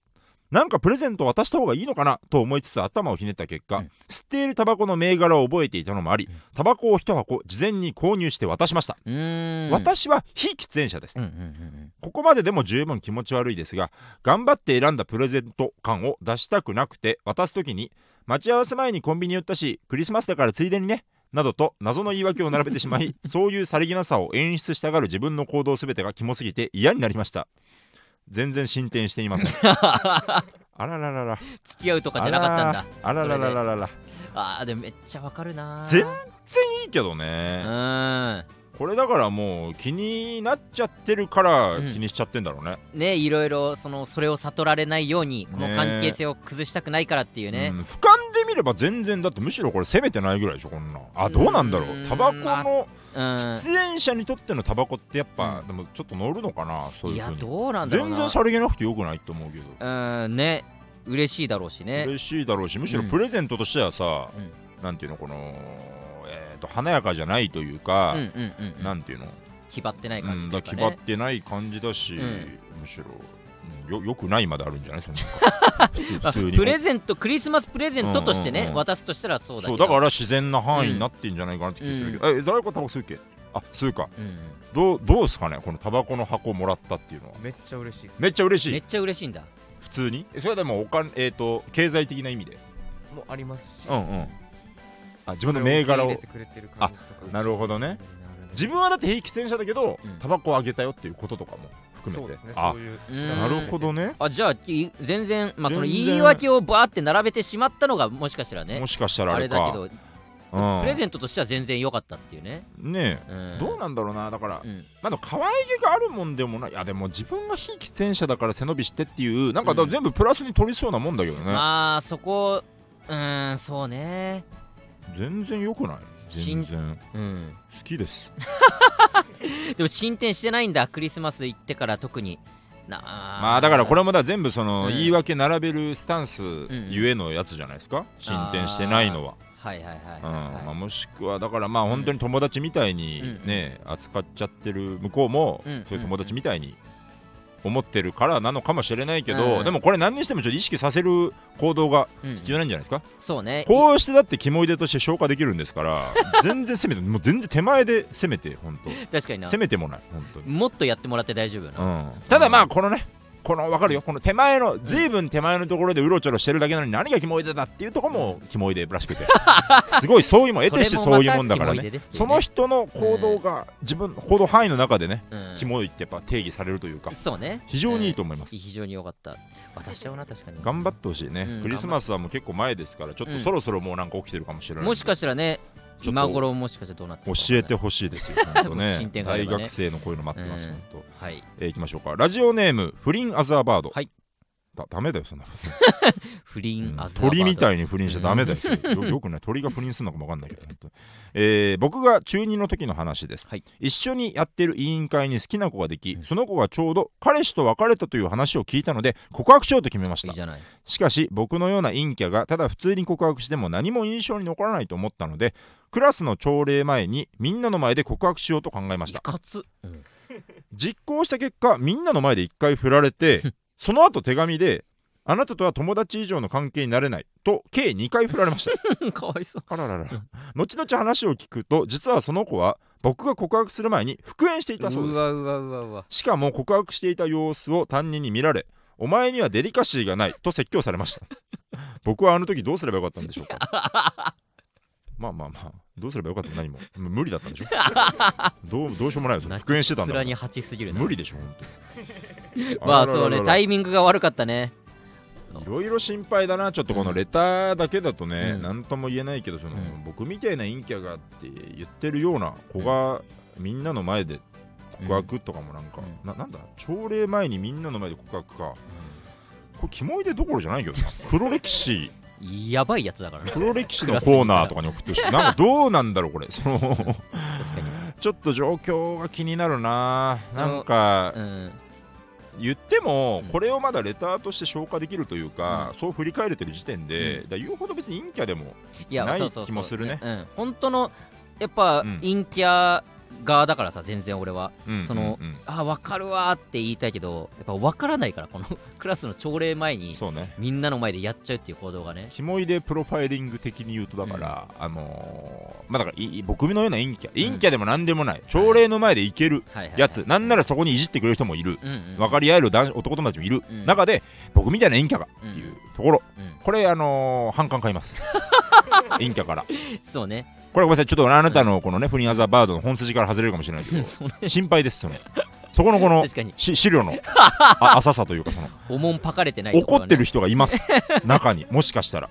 Speaker 2: なんかプレゼント渡した方がいいのかなと思いつつ頭をひねった結果、
Speaker 1: うん
Speaker 2: 吸っているタバコの銘柄を覚えていたのもあり
Speaker 1: うん
Speaker 2: タバコを一箱事前に購入して渡しました、
Speaker 1: うーん。
Speaker 2: 私は非喫煙者です、
Speaker 1: うんうんうん
Speaker 2: ここまででも十分気持ち悪いですが頑張って選んだプレゼント感を出したくなくて渡す時に待ち合わせ前にコンビニ寄ったしクリスマスだからついでにねなどと謎の言い訳を並べてし
Speaker 1: *laughs*
Speaker 2: まいそういうさりげなさを演出したがる自分の行動すべてがキモすぎて嫌になりました全然進展して
Speaker 1: *laughs*
Speaker 2: いませんあらららら
Speaker 1: うん。付き合うとかじゃなかったんだ。
Speaker 2: あらららららら
Speaker 1: ああ、でもめっちゃわかるな。
Speaker 2: 全
Speaker 1: う
Speaker 2: いいけどね
Speaker 1: ーん。
Speaker 2: これだからもう気になっちゃってるから
Speaker 1: うん
Speaker 2: 気にしちゃってんだろうね,
Speaker 1: ね、いろいろそのそれを悟られないようにこの関係性を崩したくないからっていう
Speaker 2: うん、
Speaker 1: ね。
Speaker 2: 俯瞰で見れば全然だってむしろこれ責めてないぐらいでしょこんなんあどうなんだろ
Speaker 1: う
Speaker 2: うんタバコの
Speaker 1: うん。
Speaker 2: 喫煙者にとってのタバコってやっぱ、
Speaker 1: う
Speaker 2: でもちょっと乗るのかなそう
Speaker 1: い
Speaker 2: いうふ
Speaker 1: や
Speaker 2: うに
Speaker 1: どうなんだろう
Speaker 2: 全
Speaker 1: な。
Speaker 2: 然さりげなくてよくないと思うけど
Speaker 1: うんね嬉しいだろうしね。
Speaker 2: 嬉しいだろうしむしろ
Speaker 1: うん
Speaker 2: プレゼントとしてはさ、
Speaker 1: うん
Speaker 2: なんていうのこのえー、と華やかじゃないというか、
Speaker 1: うんうんうんうん。
Speaker 2: なんていうの
Speaker 1: 気張ってない
Speaker 2: うん
Speaker 1: 感じとい
Speaker 2: だ
Speaker 1: う
Speaker 2: か
Speaker 1: から
Speaker 2: 気張
Speaker 1: ね
Speaker 2: っ。てない感じだし、
Speaker 1: うん
Speaker 2: むしろ、うんよよくないまであるんじゃないそのなんか普通
Speaker 1: まあ
Speaker 2: 普通に
Speaker 1: プレゼントクリスマスプレゼントとしてね、
Speaker 2: うんうんうん
Speaker 1: 渡すとしたらそうだけ
Speaker 2: そ
Speaker 1: ど
Speaker 2: うだから自然な範囲になってんじゃないかなって気するけど、えザラコタバコ吸うっけあ吸うか
Speaker 1: うんうん
Speaker 2: どうどうですかねこのタバコの箱もらったっていうのは
Speaker 3: めっちゃ嬉しいです
Speaker 2: めっちゃ嬉し
Speaker 1: め
Speaker 2: い
Speaker 1: っちゃ嬉しいんだ
Speaker 2: 普通にえそれはでもお金えっ、と経済的な意味で
Speaker 3: もうありますし、
Speaker 2: うんうんあ自分の銘柄
Speaker 3: それ
Speaker 2: を
Speaker 3: 受け入れてくれてる感じとか
Speaker 2: なるほどね自
Speaker 3: 分
Speaker 2: 分はだって非喫煙者だけど、
Speaker 1: うん
Speaker 2: タバコをあげたよっていうこととかも含
Speaker 3: そう
Speaker 2: め
Speaker 3: で
Speaker 2: て
Speaker 3: すね
Speaker 2: あ
Speaker 3: そういう
Speaker 1: うん
Speaker 2: なるほどね
Speaker 1: あじゃあい全然、まあ、その
Speaker 2: 全然
Speaker 1: 言い訳をバーって並べてしまったのがもしかしたらね
Speaker 2: もしかしたら
Speaker 1: あ
Speaker 2: あ
Speaker 1: れ
Speaker 2: れ
Speaker 1: だ
Speaker 2: か
Speaker 1: けど、
Speaker 2: うん、
Speaker 1: プレゼントとしては全然良かったっていうね、
Speaker 2: ね
Speaker 1: う
Speaker 2: え
Speaker 1: ん、
Speaker 2: どうなんだろうなだから
Speaker 1: うん
Speaker 2: まだ可愛げがあるもんでもないいやでも自分が非喫煙者だから背伸びしてっていうなんかだから全部プラスに取りそうなもんだけどね、
Speaker 1: まあそこうーんそうね
Speaker 2: 全然よくない全然
Speaker 1: うん
Speaker 2: 好きです
Speaker 1: でも進展してないんだクリスマス行ってから特になあ
Speaker 2: まあだからこ
Speaker 1: れ
Speaker 2: れもだ全部その
Speaker 1: うん
Speaker 2: 言い訳並べるスタンス
Speaker 1: ん
Speaker 2: ゆえのやつじゃないですか進展してないのは、
Speaker 1: はいはいはいはい、
Speaker 2: うん
Speaker 1: はい
Speaker 2: まあ、もしくはだからまあ本当に友達みたいにね扱っちゃってる向こうも
Speaker 1: うん
Speaker 2: そういう友達みたいに思ってるからなのかもしれないけど、
Speaker 1: うん
Speaker 2: でもこれ何にしてもちょっと意識させる行動が
Speaker 1: うんうん
Speaker 2: 必要なんじゃないですか、
Speaker 1: そうね
Speaker 2: こうしてだって肝入れとして消化できるんですから
Speaker 1: *laughs*
Speaker 2: 全然攻めてもう全然手前で攻めて本当
Speaker 1: 確かにな
Speaker 2: 攻めてもない本当に
Speaker 1: もっとやってもらって大丈夫よな、
Speaker 2: ただまあこのねこの分かるよこの手前のずいぶん手前のところでうろちょろしてるだけなのに何がキモいでだっていうとこもキモいでらしくて *laughs* すごいそういうもん得てして
Speaker 1: それも
Speaker 2: そ
Speaker 1: また
Speaker 2: ういうもんだから
Speaker 1: キモいで
Speaker 2: ね
Speaker 1: ですってい
Speaker 2: そう
Speaker 1: ね
Speaker 2: の人の行動が自分行動範囲の中でね
Speaker 1: うん
Speaker 2: キモいってやっぱ定義されるというか
Speaker 1: そうね
Speaker 2: 非常にいいと思います
Speaker 1: うん非常に良かった渡しちゃうな確かに
Speaker 2: 頑張ってほしいね、
Speaker 1: うん
Speaker 2: クリスマスはもう結構前ですからちょっ
Speaker 1: う
Speaker 2: と
Speaker 1: ん
Speaker 2: そろそろもうなんか起きてるかもしれないんで
Speaker 1: もしかしたらね
Speaker 2: っと
Speaker 1: 今頃もしかしたらどうなって
Speaker 2: 教
Speaker 1: るか
Speaker 2: えてほしいですよ、本当
Speaker 1: *laughs* もう
Speaker 2: ね
Speaker 1: 進展があれ
Speaker 2: 大
Speaker 1: ばね
Speaker 2: 学生のこういうの待ってます、
Speaker 1: うん
Speaker 2: 本当
Speaker 1: はい
Speaker 2: えー、いきましょうかラジオネーム不倫アザーバード
Speaker 1: はい
Speaker 2: だダメだよそんな
Speaker 1: 不倫アザーバード
Speaker 2: 鳥みたいに不倫しちゃダメだよ,、 *laughs* よよくない鳥が不倫するのかもわかんないけど、本当にえー僕が中2の時の話です、
Speaker 1: はい
Speaker 2: 一緒にやってる委員会に好きな子ができ、
Speaker 1: うん
Speaker 2: その子がちょうど彼氏と別れたという話を聞いたので告白しようと決めまし
Speaker 1: いい
Speaker 2: た
Speaker 1: じゃない
Speaker 2: しかし僕のような陰キャがただ普通に告白しても何も印象に残らないと思ったのでクラスの朝礼前にみんなの前で告白しようと考えまし
Speaker 1: い
Speaker 2: た
Speaker 1: かつ、 *laughs* うん
Speaker 2: 実行した結果みんなの前で一回振られてその後手紙で「あなたとは友達以上の関係になれない」と計2回振られました
Speaker 1: かわいそう
Speaker 2: あららら後々話を聞くと実はその子は僕が告白する前に復縁していたそう
Speaker 1: う
Speaker 2: です
Speaker 1: わうわうわうわ
Speaker 2: しかも告白していた様子を担任に見られ「お前にはデリカシーがない」と説教されました僕はあの時どうすればよかったんでしょうかまあまあまあどうすればよかった何も無理だったんでしょどうどうしようもないですよ復縁してたんだから
Speaker 1: 面に鉢すぎるな
Speaker 2: 無理でしょ本
Speaker 1: *laughs*
Speaker 2: 当
Speaker 1: まあ
Speaker 2: ららら
Speaker 1: そう
Speaker 2: ら
Speaker 1: ねタイミングが悪かったね
Speaker 2: いろいろ心配だなちょっとこのレターだけだとね、
Speaker 1: うん
Speaker 2: なんとも言えないけどその、
Speaker 1: うん
Speaker 2: 僕みたいな陰キャがって言ってるような子がみんなの前で告白とかもなんか、
Speaker 1: うん
Speaker 2: ななんだ朝礼前にみんなの前で告白かこれキモいでどころじゃないけどな黒
Speaker 1: *laughs*
Speaker 2: 歴史
Speaker 1: やばいやつだからね
Speaker 2: 黒歴史のコーナーとかに送ってほしいなんかどうなんだろうこれその
Speaker 1: 確かに
Speaker 2: ちょっと状況が気になるな
Speaker 1: そ
Speaker 2: な
Speaker 1: の
Speaker 2: んか *laughs*
Speaker 1: うん
Speaker 2: 言っても
Speaker 1: うん
Speaker 2: これをまだレターとして消化できるというか、そう振り返れてる時点で、
Speaker 1: う
Speaker 2: だから言うほど別に陰キャでも
Speaker 1: いや
Speaker 2: ない
Speaker 1: そうそうそう
Speaker 2: 気もするね
Speaker 1: うん本当のやっぱ
Speaker 2: うん
Speaker 1: 陰キャ側だからさ全然俺は
Speaker 2: うん
Speaker 1: その
Speaker 2: うんうん
Speaker 1: あ分かるわーって言いたいけどやっぱ分からないからこの *laughs* クラスの朝礼前に
Speaker 2: そうね
Speaker 1: みんなの前でやっちゃうっていう行動がね
Speaker 2: キモいでプロファイリング的に言うとだから、あのーまあだからいい僕のような陰キャ陰キャでも何でもない、朝礼の前でいける
Speaker 1: はいはいはい
Speaker 2: やつ、なんならそこにいじってくれる人もいる、
Speaker 1: うんうん
Speaker 2: 分かり合える男男友達もいる、
Speaker 1: うん
Speaker 2: 中で僕みたいな陰キャがって
Speaker 1: うん
Speaker 2: いうところ、
Speaker 1: うん
Speaker 2: これあのー反感買います
Speaker 1: *laughs*
Speaker 2: 陰キャからこれ
Speaker 1: そうね
Speaker 2: ごめんなさいちょっとあなたのこのね、フリーアザーバードの本筋から外れるかもしれないけ
Speaker 1: *laughs*
Speaker 2: ど
Speaker 1: そうね
Speaker 2: 心配ですそれそこのこの
Speaker 1: *laughs* 確かに
Speaker 2: し資料の
Speaker 1: *laughs*
Speaker 2: あ浅さというかその
Speaker 1: おもんぱかれてないとこ
Speaker 2: 怒
Speaker 1: ろが
Speaker 2: って
Speaker 1: ね *laughs*
Speaker 2: る人がいます中にもしかしたら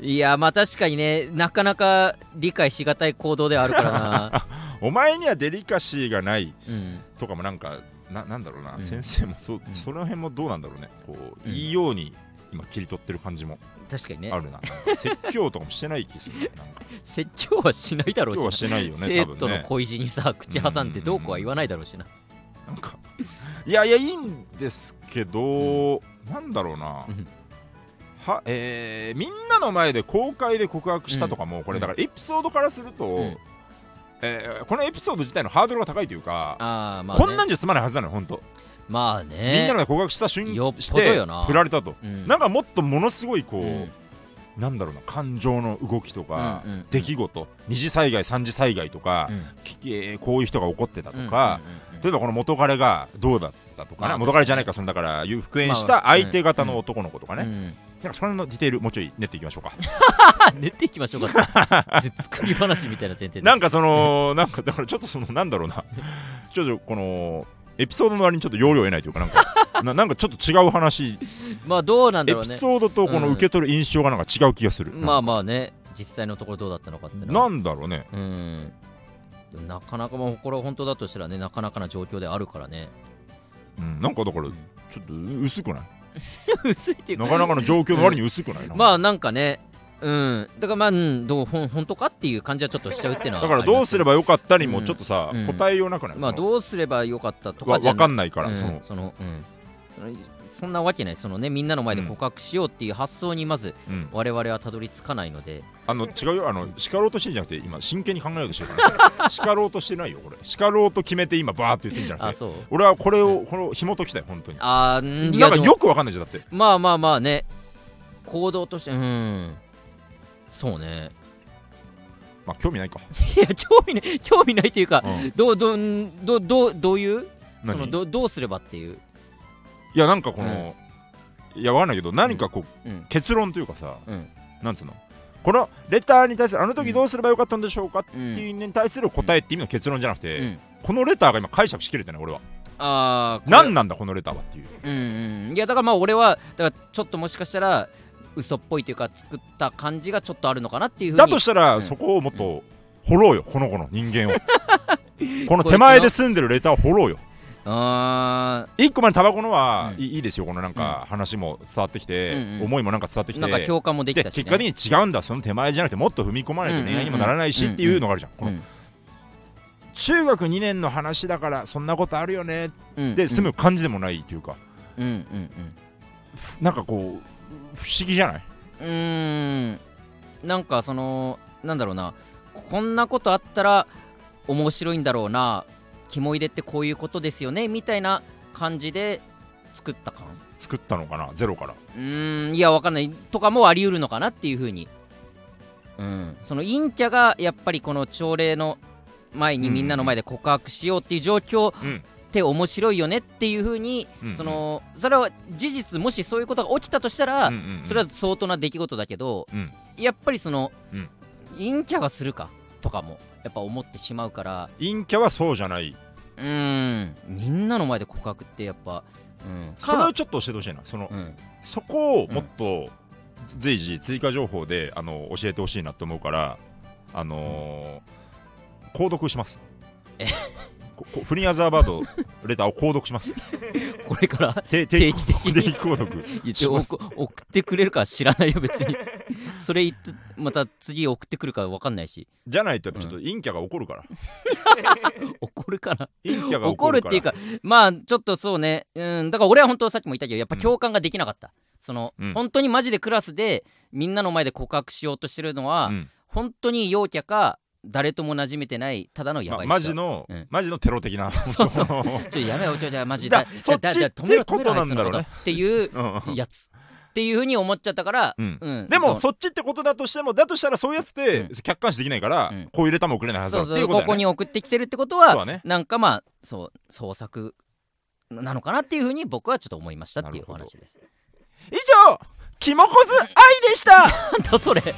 Speaker 1: いやまあ確かにねなかなか理解しがたい行動ではあるからな、
Speaker 2: *laughs* お前にはデリカシーがない
Speaker 1: うん、
Speaker 2: とかもなんかななんだろうな、
Speaker 1: うん
Speaker 2: 先生もそ,、
Speaker 1: ん
Speaker 2: その辺もどうなんだろうねこ
Speaker 1: う
Speaker 2: う、
Speaker 1: ん
Speaker 2: いいように今切り取ってる感じも
Speaker 1: 確かにね
Speaker 2: あるななんか説教とかもしてない気するねなんか
Speaker 1: 説教はしないだろ
Speaker 2: 説
Speaker 1: う
Speaker 2: 教は
Speaker 1: し
Speaker 2: してないよ
Speaker 1: な
Speaker 2: ね
Speaker 1: 生
Speaker 2: 多
Speaker 1: 徒
Speaker 2: 分
Speaker 1: の
Speaker 2: ね
Speaker 1: 小いじにさ口挟んでどうこうは言わないだろうしな
Speaker 2: なんかいやいやいいんですけど、なんだろうな、
Speaker 1: うん
Speaker 2: はえーみんなの前で公開で告白したとかも、これだからエピソードからすると、
Speaker 1: うん
Speaker 2: えーこのエピソード自体のハードルが高いというか、
Speaker 1: ああまあ、ね、
Speaker 2: こんなんじゃ済まないはずなのよ、本当。
Speaker 1: まあ
Speaker 2: みん
Speaker 1: ね
Speaker 2: なの告白した瞬間
Speaker 1: よっ
Speaker 2: し
Speaker 1: ぽど
Speaker 2: て
Speaker 1: よな
Speaker 2: 振られたと、
Speaker 1: うん
Speaker 2: なんかもっとものすごいこう、
Speaker 1: うん
Speaker 2: なんだろうな感情の動きとか、
Speaker 1: うんうんうん
Speaker 2: 出来事二次災害三次災害とか、
Speaker 1: うん
Speaker 2: きえーこういう人が怒ってたと
Speaker 1: うん
Speaker 2: か、
Speaker 1: うんうんうん
Speaker 2: 例えばこの元彼がどうだったとかな、
Speaker 1: まあ
Speaker 2: 元彼じゃないかそのだから復縁し
Speaker 1: ま
Speaker 2: た
Speaker 1: あうん
Speaker 2: 相手方の男の子とかね、
Speaker 1: うん
Speaker 2: なんかそれのディテールもうちょい練っていきましょうか
Speaker 1: あ寝ていきましょ
Speaker 2: *laughs*
Speaker 1: うかじゃあ作り話みたいな前提で
Speaker 2: なんかそのなんかだからちょっとそのなんだろうなちょっとこのエピソードの割にちょっと容量を得ないというかなんか *laughs* ななんかちょっと違う話
Speaker 1: まあどうなんだ
Speaker 2: エ
Speaker 1: ろう
Speaker 2: ピ
Speaker 1: ね
Speaker 2: ソードとこの受け取る印象がなんか違う気がする。
Speaker 1: まあまあね実際のところどうだったのかっていうのは
Speaker 2: なんだろうね。
Speaker 1: うんでもなかなかもうこれは本当だとしたらねなかなかな状況であるからね
Speaker 2: うん、なんかだから、
Speaker 1: うん
Speaker 2: ちょっと薄くな
Speaker 1: *laughs* 薄いってい
Speaker 2: いう
Speaker 1: か
Speaker 2: なかなかの状況の割に薄くない、
Speaker 1: ま
Speaker 2: あ、
Speaker 1: あなんかねうんだからまあ、うんどうほん本当かっていう感じはちょっとしちゃうっていうのは
Speaker 2: だからどうすれ
Speaker 1: ば
Speaker 2: ばよかったに
Speaker 1: う
Speaker 2: も
Speaker 1: ん
Speaker 2: ちょっとさ、
Speaker 1: うん
Speaker 2: 答えようなくない
Speaker 1: まあ
Speaker 2: う
Speaker 1: どうすればよかったと
Speaker 2: わ
Speaker 1: かじゃ
Speaker 2: わか
Speaker 1: い
Speaker 2: んないから、
Speaker 1: うん
Speaker 2: その、
Speaker 1: そのうんそのそんなわけないそのねみんなの前で告白しようっていう発想にまず
Speaker 2: うん、
Speaker 1: 我々はたどり着かないので、
Speaker 2: あの違うよあの叱ろうとしてんじゃなくて今真剣に考えようとしてるから *laughs* 叱ろうとしてないよこれ叱ろうと決めて今バーって言ってんじゃな
Speaker 1: あ
Speaker 2: くて
Speaker 1: そう
Speaker 2: 俺はこれをこの紐解きたい本当に
Speaker 1: あーんい
Speaker 2: な
Speaker 1: や
Speaker 2: んか
Speaker 1: でも
Speaker 2: よくわかんないじゃんだって
Speaker 1: まあまあまあね行動としてうんそうね
Speaker 2: まあ興味ないか、
Speaker 1: いや興味ない興味ないというか
Speaker 2: うん
Speaker 1: どうどうんどうどうどういうその
Speaker 2: 何
Speaker 1: どうどうすればっていう
Speaker 2: いやなんかこの、いやわかんないけど何かこう、
Speaker 1: うん
Speaker 2: 結論というかさ、
Speaker 1: うん
Speaker 2: なんつうのこのレターに対するあの時どうすればよかったんでしょうかって
Speaker 1: う
Speaker 2: い
Speaker 1: ん
Speaker 2: うのに対する答えって意味の結論じゃなくて、
Speaker 1: うん
Speaker 2: このレターが今解釈しきれてない俺は
Speaker 1: ああ
Speaker 2: 何なんだこのレターはっていう
Speaker 1: うんうん、いやだからまあ俺はだからちょっともしかしたら嘘っぽいというか作った感じがちょっとあるのかなっていうふうに
Speaker 2: だとしたら、
Speaker 1: うん
Speaker 2: そこをもっと掘ろうよこの子の人間を
Speaker 1: *laughs*
Speaker 2: この手前で住んでるレターを掘ろうよ
Speaker 1: あ
Speaker 2: 一個前のタバコのは、
Speaker 1: うん
Speaker 2: いいいですよこのなんか話も伝わってきて、
Speaker 1: うんうん
Speaker 2: 思いもなんか伝わって
Speaker 1: ー
Speaker 2: き
Speaker 1: なんか
Speaker 2: て
Speaker 1: 共感もでき
Speaker 2: で
Speaker 1: たし、ね、
Speaker 2: 結果的に違うんだその手前じゃなくてもっと踏み込まないと恋愛にもならないしっていうのがあるじゃん、
Speaker 1: うん
Speaker 2: この中学2年の話だからそんなことあるよね
Speaker 1: うん
Speaker 2: で済む感じでもないというか、
Speaker 1: うんうんうん
Speaker 2: なんかこう不思議じゃない
Speaker 1: うんうーんなんかそのなんだろうなこんなことあったら面白いんだろうなキモいでってこういうことですよねみたいな感じで作った感
Speaker 2: 作ったのかなゼロから
Speaker 1: うーんいやわかんないとかもあり得るのかなっていうふうに、うん、その陰キャがやっぱりこの朝礼の前に
Speaker 2: うんうんうん
Speaker 1: みんなの前で告白しようっていう状況
Speaker 2: うん
Speaker 1: って面白いよねっていうふうに、
Speaker 2: うんうん
Speaker 1: そのそれは事実もしそういうことが起きたとしたら、
Speaker 2: うんうんうん
Speaker 1: それは相当な出来事だけど、
Speaker 2: うん
Speaker 1: やっぱりその、
Speaker 2: うん
Speaker 1: 陰キャがするかとかもやっぱ思ってしまうから
Speaker 2: 陰キャはそうじゃないう
Speaker 1: ーんみんなの前で告白ってやっぱ、うん、
Speaker 2: それを
Speaker 1: か、
Speaker 2: ちょっと教えてほしいなその、
Speaker 1: うん、
Speaker 2: そこをもっと随時追加情報であの教えてほしいなと思うからあのー購読します *laughs* ここフリーアザーバードレターを購読します
Speaker 1: これから
Speaker 2: 定
Speaker 1: 定期的に
Speaker 2: 定期購読
Speaker 1: *laughs* いや
Speaker 2: します
Speaker 1: おこ送ってくれるかは知らないよ別に *laughs* それ言ってまた次送ってくるか分かんないし
Speaker 2: じゃないとやっぱちょっと陰キャが怒るから、
Speaker 1: 怒るかな
Speaker 2: 陰キャが
Speaker 1: 怒
Speaker 2: 怒
Speaker 1: るっ
Speaker 2: るから
Speaker 1: ていうかまあちょっとそうねうんだから俺は本当さっきも言ったけどやっぱ
Speaker 2: うん
Speaker 1: 共感ができなかった、その、
Speaker 2: うん
Speaker 1: 本当にマジでクラスでみんなの前で告白しようとしてるのは、
Speaker 2: うん
Speaker 1: 本当に陽キャか誰とも馴染めてないただのやばい人、
Speaker 2: まマジの、
Speaker 1: うん
Speaker 2: マジのテロ的な
Speaker 1: そうそうちょやめようちょちょマジ
Speaker 2: だ
Speaker 1: だ
Speaker 2: そっち
Speaker 1: だだ
Speaker 2: って
Speaker 1: 止めろ止めろ
Speaker 2: ことなんだろうね
Speaker 1: あいつのことっていう
Speaker 2: *laughs* うん
Speaker 1: やつっていうふうに思っちゃったから、
Speaker 2: うん
Speaker 1: うん
Speaker 2: でも
Speaker 1: そ
Speaker 2: そっちってことだとしてもだとしたらそういうやつって
Speaker 1: う
Speaker 2: 客観視できないから、
Speaker 1: うん
Speaker 2: こういうレターも送れないはずだ
Speaker 1: う
Speaker 2: って
Speaker 1: そう
Speaker 2: いう
Speaker 1: こ
Speaker 2: ことだよ
Speaker 1: こ
Speaker 2: ね
Speaker 1: に送ってきてるってこと
Speaker 2: そう
Speaker 1: は
Speaker 2: だね
Speaker 1: なんかまあそう創作なのかなっていうふうに僕はちょっと思いましたっていうお話です
Speaker 2: 以上キモコズ愛でした
Speaker 1: なんだそれ *laughs*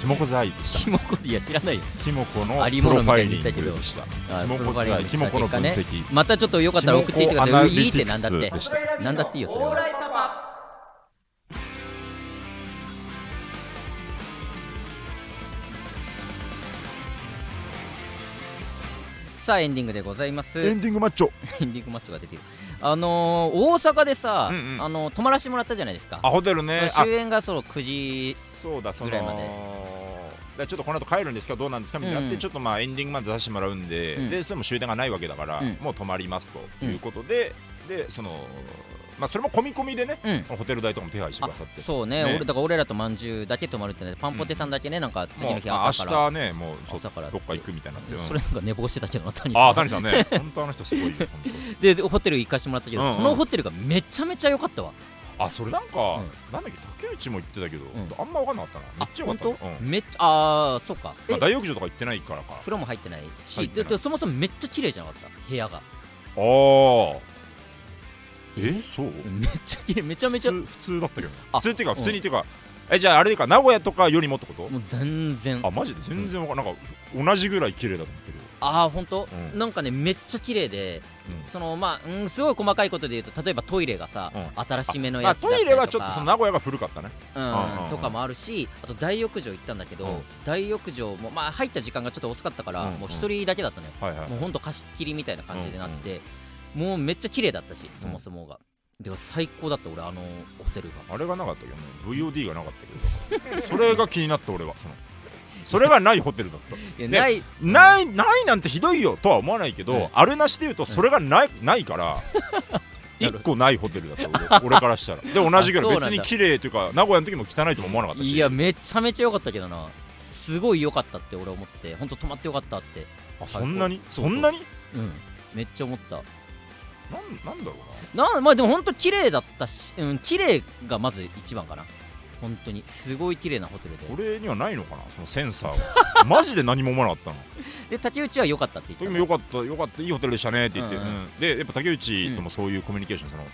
Speaker 2: キモコズ愛でした
Speaker 1: キモコいや知らないよ
Speaker 2: キモコの
Speaker 1: あり
Speaker 2: プ
Speaker 1: も
Speaker 2: ロ
Speaker 1: のみ
Speaker 2: ファ
Speaker 1: たい
Speaker 2: イ
Speaker 1: に言
Speaker 2: リ
Speaker 1: っ
Speaker 2: ン
Speaker 1: たけど
Speaker 2: グでした
Speaker 1: あ
Speaker 2: キモコ
Speaker 1: プロファイ
Speaker 2: ズ
Speaker 1: リン
Speaker 2: 愛
Speaker 1: グ
Speaker 2: キモコの分
Speaker 1: した
Speaker 2: 析
Speaker 1: またちょっとよかったら送っていってくだ
Speaker 2: キ
Speaker 1: さ
Speaker 2: モコア
Speaker 1: い
Speaker 2: ナリ
Speaker 1: い
Speaker 2: ティ
Speaker 1: いってなんだっ
Speaker 2: ク
Speaker 1: て
Speaker 2: スでした
Speaker 1: なんだっていいよそれはさあエンディングでございます
Speaker 2: エンディングマッチョ
Speaker 1: エンディングマッチョが出てるあのー、大阪でさ、
Speaker 2: うんうん
Speaker 1: あのー泊まらせてもらったじゃないですか
Speaker 2: あホテルね
Speaker 1: そ
Speaker 2: あ
Speaker 1: の終演がその9時
Speaker 2: そうだその
Speaker 1: ぐらいまで
Speaker 2: だからちょっとこの後帰るんですけどどうなんですかみたいになって、
Speaker 1: うん
Speaker 2: ちょっとまあエンディングまで出してもらうんで、
Speaker 1: うん
Speaker 2: でそれも終電がないわけだから、
Speaker 1: うん
Speaker 2: もう泊まりますということで、でそのまあそれも込み込みでね
Speaker 1: うん
Speaker 2: ホテル代とかも手配してくださって
Speaker 1: そうね
Speaker 2: ね
Speaker 1: 俺だから俺らとまんじゅうだけ泊まるってねパンポテさんだけね、なんか次の日
Speaker 2: もうまあ
Speaker 1: 朝から、
Speaker 2: 明日ねもうそ
Speaker 1: 朝から
Speaker 2: どっか行くみたいになって、うん
Speaker 1: それなんか寝坊してたけどな谷
Speaker 2: あ
Speaker 1: さ
Speaker 2: あ
Speaker 1: ん
Speaker 2: 谷さん
Speaker 1: *laughs*
Speaker 2: ね本当あの人すごいよ本
Speaker 1: ででホテル行かしてもらったけど、
Speaker 2: うんうん
Speaker 1: そのホテルがめちゃめちゃ良かったわ
Speaker 2: 当あそれなんか、
Speaker 1: うん
Speaker 2: なんだっけ竹内も言ってたけど、
Speaker 1: ん
Speaker 2: あんま分かんなかったなめっちゃよかったな
Speaker 1: あ本
Speaker 2: うん
Speaker 1: 当めっちゃああそうかえ
Speaker 2: まあ、大浴場とか行ってないからか
Speaker 1: 風呂も入ってない
Speaker 2: 入
Speaker 1: し
Speaker 2: ってな
Speaker 1: で
Speaker 2: い
Speaker 1: でそもそもめっちゃ綺麗じゃなかった部屋が
Speaker 2: ああえそう、
Speaker 1: めっちゃ綺麗めちゃめ
Speaker 2: 普
Speaker 1: ちゃ
Speaker 2: 通普通だったけどね
Speaker 1: あ
Speaker 2: 普通っていうか
Speaker 1: うん
Speaker 2: 普通にっていうか、えじゃああれか名古屋とかよりもってこと
Speaker 1: もう全然
Speaker 2: あマジで全然わかんないなんか同じぐらい綺麗だと思ってるよ
Speaker 1: ああ本当、
Speaker 2: うん
Speaker 1: なんかねめっちゃ綺麗で、
Speaker 2: うん
Speaker 1: そのまあ、うん、すごい細かいことで言うと例えばトイレがさ、
Speaker 2: う
Speaker 1: 新しめの
Speaker 2: ま
Speaker 1: や
Speaker 2: あ
Speaker 1: つだった
Speaker 2: ト
Speaker 1: り
Speaker 2: イ
Speaker 1: とか、
Speaker 2: レはちょっとその名古屋が古かったねうんうんう
Speaker 1: うんんとかもあるしあと大浴場行ったんだけど、
Speaker 2: うん
Speaker 1: 大浴場もまあ入った時間がちょっと遅かったから、
Speaker 2: うんうん
Speaker 1: もう一人だけだったのよ、
Speaker 2: はいはい
Speaker 1: もうほんと貸し切りみたいな感じでなって、もうめっちゃ綺麗だったしそもそもが、で最高だった俺あのホテルが
Speaker 2: あれがなかったけどね VOD がなかったけどそれが気になった俺はそのそれがないホテルだった
Speaker 1: いや
Speaker 2: *laughs* ね
Speaker 1: ない
Speaker 2: ないないなんてひどいよとは思わないけど、
Speaker 1: うん
Speaker 2: あるなしで言うとそれがない,、な
Speaker 1: *laughs*
Speaker 2: いから一個ないホテルだった俺俺からしたらで同じぐ
Speaker 1: *laughs*
Speaker 2: ら
Speaker 1: あ
Speaker 2: い
Speaker 1: そうなん
Speaker 2: 別
Speaker 1: だ
Speaker 2: に綺麗というか名古屋の時も汚いとも思わなかったし
Speaker 1: いやめちゃめちゃ良かったけどなすごい良かったって俺思ってほんと泊まって良かったって
Speaker 2: あそんなに
Speaker 1: 最
Speaker 2: そ
Speaker 1: 高
Speaker 2: んなに
Speaker 1: うんめっちゃ思った
Speaker 2: なんなんだろう
Speaker 1: なんまあでも本当綺麗だったし、うん、綺麗がまず一番かな本当にすごい綺麗なホテルで
Speaker 2: な俺にはないのかなそのセン
Speaker 1: *laughs*
Speaker 2: サーがマジで何も思わなかったの
Speaker 1: で竹内は良かったって言って
Speaker 2: 時
Speaker 1: た
Speaker 2: もよかったよかったいいホテルでしたねって言って、
Speaker 1: うんうん
Speaker 2: うんでやっぱ竹内ともそういうコミュニケーションその、
Speaker 1: ん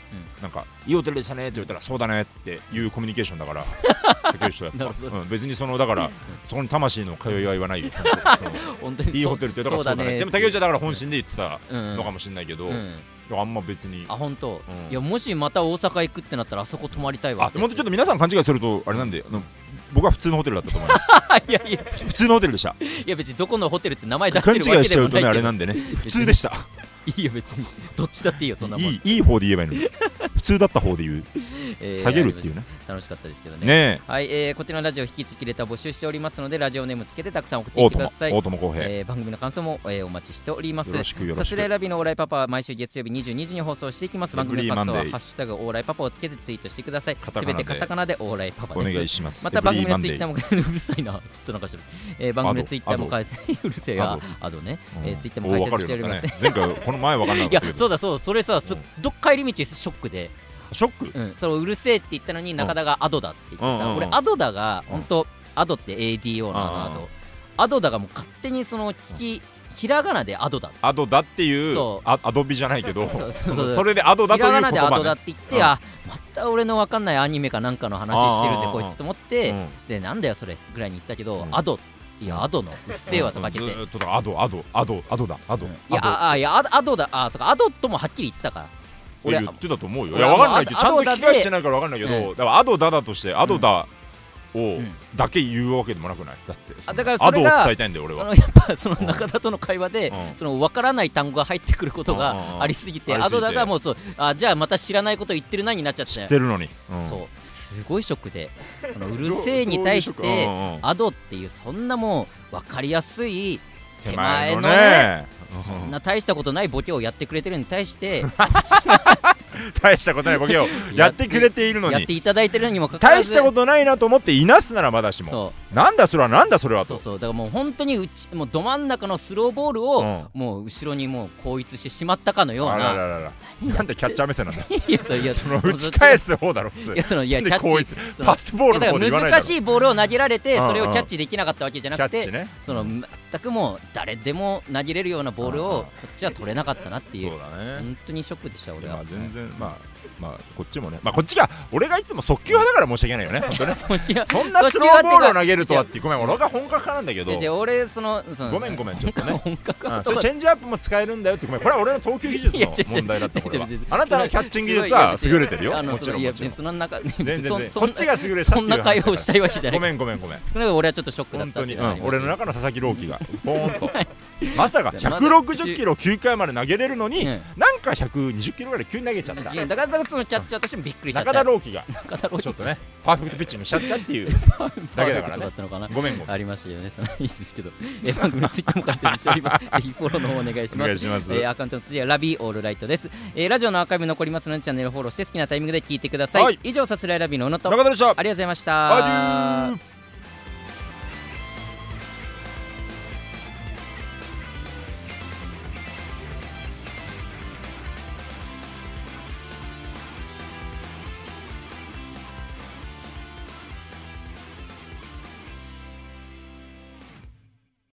Speaker 2: なんかいいホテルでしたねって言ったらそうだねっていうコミュニケーションだから
Speaker 1: *laughs*
Speaker 2: 竹内とやった
Speaker 1: なるほど
Speaker 2: うん、別にそのだからそこに魂の通いは言わな
Speaker 1: *laughs*
Speaker 2: いよその
Speaker 1: 本当にそう
Speaker 2: いいホテルってだからそうだねでも竹内はだから本心で言ってたのかもしれないけど、
Speaker 1: うんうん
Speaker 2: あんま別に
Speaker 1: あ本当、
Speaker 2: うん
Speaker 1: いやもしまた大阪行くってなったらあそこ泊まりたいわ
Speaker 2: あもっとちょっと
Speaker 1: っ
Speaker 2: 皆さん勘違いするとあれなんであの僕は普通のホテルだったと思います
Speaker 1: *laughs* といやいや
Speaker 2: 普通のホテルでした
Speaker 1: いや別にどこのホテルって名前出し
Speaker 2: 勘
Speaker 1: てるわ
Speaker 2: 違い
Speaker 1: け
Speaker 2: し
Speaker 1: で
Speaker 2: ちゃ
Speaker 1: も
Speaker 2: うとね
Speaker 1: な
Speaker 2: あ
Speaker 1: い
Speaker 2: れ
Speaker 1: け
Speaker 2: な
Speaker 1: ど *laughs*
Speaker 2: んでね普通でした
Speaker 1: いいよ別にどっちだっていいよそんないもん
Speaker 2: *laughs* いいい方で言えばいいのに普通だった方で言う
Speaker 1: えー
Speaker 2: 下げるっていうね
Speaker 1: 楽しかったですけどね
Speaker 2: ね
Speaker 1: はい、えー、こちらのラジオ引き続きレター募集しておりますのでラジオネームつけてたくさん送っ
Speaker 2: え
Speaker 1: ていっ
Speaker 2: 大
Speaker 1: てく
Speaker 2: 友
Speaker 1: ださい
Speaker 2: 大友康平、
Speaker 1: えー番組の感想も、えーお待ちしております
Speaker 2: よろしくよろ
Speaker 1: さ
Speaker 2: し
Speaker 1: す
Speaker 2: く
Speaker 1: らいラビのオーライパパは毎週月曜日22時に放送していきます番組の感想
Speaker 2: エブ
Speaker 1: は
Speaker 2: リーマンデー
Speaker 1: ハッシュタグオーライパパをつけてツイートしてください
Speaker 2: カタ
Speaker 1: す
Speaker 2: カナ
Speaker 1: べ
Speaker 2: で
Speaker 1: てカタカナでオーライパパ
Speaker 2: お
Speaker 1: です
Speaker 2: 願いします
Speaker 1: また番組のツイッ
Speaker 2: エブリ
Speaker 1: ター
Speaker 2: ーマン
Speaker 1: もうるさいな、ずっとなんかしてる、えー番組のツイッターも開催、うるせえや、あとね、
Speaker 2: デー
Speaker 1: え
Speaker 2: う
Speaker 1: ー
Speaker 2: ん
Speaker 1: ツイッターも開
Speaker 2: お
Speaker 1: 設
Speaker 2: 分
Speaker 1: し
Speaker 2: か
Speaker 1: てお
Speaker 2: る
Speaker 1: り
Speaker 2: よ
Speaker 1: ま
Speaker 2: うになっ
Speaker 1: す。い
Speaker 2: たね前回この前分かんなかった
Speaker 1: や *laughs*
Speaker 2: け、ど
Speaker 1: そうだそうだ、それさ、す
Speaker 2: うん
Speaker 1: どっか帰り道、ショックで、
Speaker 2: ショック
Speaker 1: うん、それうるせえって言ったのに、中田がアドだって言って
Speaker 2: うんうん
Speaker 1: さ、
Speaker 2: うん
Speaker 1: 俺、アドだが、
Speaker 2: うん
Speaker 1: 本当、アドって ADO のあのア
Speaker 2: うん
Speaker 1: ド、アドだがもう勝手にその聞き、ひらがなでアドだ
Speaker 2: アドだっていう
Speaker 1: そう
Speaker 2: あアドビじゃないけど
Speaker 1: *laughs* そうそうそう
Speaker 2: のれでアドだ
Speaker 1: ひ
Speaker 2: という
Speaker 1: らが
Speaker 2: 言葉
Speaker 1: なでアドだっ
Speaker 2: ね
Speaker 1: て言って、
Speaker 2: うん
Speaker 1: あまた俺のわかんないアニメかなんかの話してる
Speaker 2: うんうん
Speaker 1: ぜ
Speaker 2: うん
Speaker 1: こいつと思って、
Speaker 2: うん
Speaker 1: でなんだよそれぐらいに言ったけど、
Speaker 2: うん
Speaker 1: アドいやアドのうっせえわとかけて、
Speaker 2: ずーっとだアドアドアドアドだアド
Speaker 1: いやああいやアドアドだあそうかアドともはっきり言ってたから
Speaker 2: 俺
Speaker 1: 俺
Speaker 2: 言ってたと思うよい
Speaker 1: 俺
Speaker 2: やわかんないけ
Speaker 1: あ
Speaker 2: どちゃん
Speaker 1: の
Speaker 2: と
Speaker 1: アドだ
Speaker 2: 聞き返してないからわかんないけ
Speaker 1: う
Speaker 2: どだからアドだだとしてアドだを
Speaker 1: ん
Speaker 2: だけ言うわけでもなくないだって
Speaker 1: あだからそれが
Speaker 2: アドを伝えたいんだよ俺
Speaker 1: そ
Speaker 2: は
Speaker 1: のやっぱその
Speaker 2: うん
Speaker 1: 中田との会話で、
Speaker 2: うん
Speaker 1: その分からない単語が入ってくること
Speaker 2: うんうんう
Speaker 1: が
Speaker 2: ん
Speaker 1: ありすぎて、
Speaker 2: ありす
Speaker 1: ア
Speaker 2: ぎて
Speaker 1: ドだがもうそうあじゃあまた知らないこと言ってるなになっちゃって
Speaker 2: 知ってるのにうん
Speaker 1: そうすごいショックでそのうるせえに対し
Speaker 2: どういう
Speaker 1: て
Speaker 2: 職うんうん
Speaker 1: アドっていうそんなもう分かりやすい手
Speaker 2: 手
Speaker 1: 前
Speaker 2: 前
Speaker 1: の
Speaker 2: の
Speaker 1: ね
Speaker 2: ね *laughs*
Speaker 1: そんな大したことないボケをやってくれてるに対して
Speaker 2: 大したことないボ
Speaker 1: *laughs*
Speaker 2: ケをやってくれているの
Speaker 1: やっ
Speaker 2: に
Speaker 1: ていただいてるにもかかわら
Speaker 2: 大
Speaker 1: ず
Speaker 2: したことないなと思っていなすならまだしも
Speaker 1: そ
Speaker 2: なんだそれはなんだそれ
Speaker 1: う
Speaker 2: は
Speaker 1: そう
Speaker 2: と
Speaker 1: そうだからもう本当にうちもうど真ん中のスローボールを、
Speaker 2: うん
Speaker 1: もう後ろにもう後逸してしまったかのよう
Speaker 2: あら
Speaker 1: な
Speaker 2: らららなんでキャッチャー目
Speaker 1: *laughs*
Speaker 2: 線なんだ
Speaker 1: いやそういや
Speaker 2: その打ち返
Speaker 1: す
Speaker 2: す方だろ普通
Speaker 1: いやそのいやキャ
Speaker 2: で後
Speaker 1: ッ
Speaker 2: 逸
Speaker 1: チその
Speaker 2: パスボール
Speaker 1: いや
Speaker 2: の方で
Speaker 1: だ
Speaker 2: 言
Speaker 1: か
Speaker 2: わ
Speaker 1: ら
Speaker 2: ないだ
Speaker 1: 難
Speaker 2: ろ
Speaker 1: し
Speaker 2: キ
Speaker 1: いボールを投げられて
Speaker 2: うん
Speaker 1: それをキャッチできなかったわけじゃな
Speaker 2: ャ
Speaker 1: く
Speaker 2: ッチ
Speaker 1: て
Speaker 2: ね
Speaker 1: その全くもう誰でも投げれるようなボール
Speaker 2: うんう
Speaker 1: を
Speaker 2: ん
Speaker 1: こっちは取れなかったなっていう
Speaker 2: そうだね
Speaker 1: 本当にショックでした俺
Speaker 2: ま
Speaker 1: は
Speaker 2: あ全然まあまあこっちもねまあこっちが俺がいつも速球派だから申し訳ないよね本当
Speaker 1: *laughs*
Speaker 2: ね
Speaker 1: そんな
Speaker 2: そんなスローボールを投げるとはってごめん俺が本格派なんだけど
Speaker 1: じゃじゃ俺そのその
Speaker 2: ごめんごめんちょっとね
Speaker 1: *laughs* 本格
Speaker 2: うん
Speaker 1: 派
Speaker 2: それチェンジアップも使えるんだよってごめんこれは俺の投球技術
Speaker 1: いや違う
Speaker 2: の問題だったこれは
Speaker 1: 違う違う違う
Speaker 2: あなたのキャッチング技術は優れてるよ
Speaker 1: あの
Speaker 2: もち
Speaker 1: そ
Speaker 2: ろ
Speaker 1: の
Speaker 2: ん
Speaker 1: いや
Speaker 2: もち
Speaker 1: 別に
Speaker 2: ろん
Speaker 1: その中別
Speaker 2: 全然
Speaker 1: にそ
Speaker 2: 全然
Speaker 1: そ
Speaker 2: こ
Speaker 1: ん
Speaker 2: っちが優れたっ
Speaker 1: そ
Speaker 2: てい
Speaker 1: ん
Speaker 2: う話
Speaker 1: な
Speaker 2: だから
Speaker 1: 会話をしたいわけじゃない
Speaker 2: ごめんごめんごめん
Speaker 1: 少なくとも俺はちょっとショックだっ
Speaker 2: 本
Speaker 1: たっ
Speaker 2: 当
Speaker 1: ていう
Speaker 2: に、う
Speaker 1: のはありま
Speaker 2: ん、
Speaker 1: す
Speaker 2: 俺の中の佐々木朗希がボーンとまさか160キロ9回まで投げれるのに、
Speaker 1: うん
Speaker 2: なんか120キロぐらい急に投げちゃっ
Speaker 1: いやだ
Speaker 2: た
Speaker 1: からだからそのキャッチャーとしてもびっくりしちゃった
Speaker 2: 中田朗希が
Speaker 1: 中田ロ
Speaker 2: ちょっとねパーフェクトピッチングしちゃったっていうだけだからね
Speaker 1: だったのかな
Speaker 2: ごめんごめん
Speaker 1: ありましたよね、そのいいですけど、えー番組のツイッターも開設しており
Speaker 2: *laughs*
Speaker 1: ます。ぜひフォローの方お願いし
Speaker 2: お
Speaker 1: ま
Speaker 2: 願い
Speaker 1: す。
Speaker 2: します、
Speaker 1: えーアカウントの次はラビーオールライトです、えーラジオのアーカイブ残りますのでチャンネルフォローして好きなタイミングで聞いてください、
Speaker 2: はい
Speaker 1: 以上さすらいラビーの小野とあり
Speaker 2: 中田でした
Speaker 1: がとうございまし
Speaker 2: アデュ
Speaker 1: た
Speaker 2: ー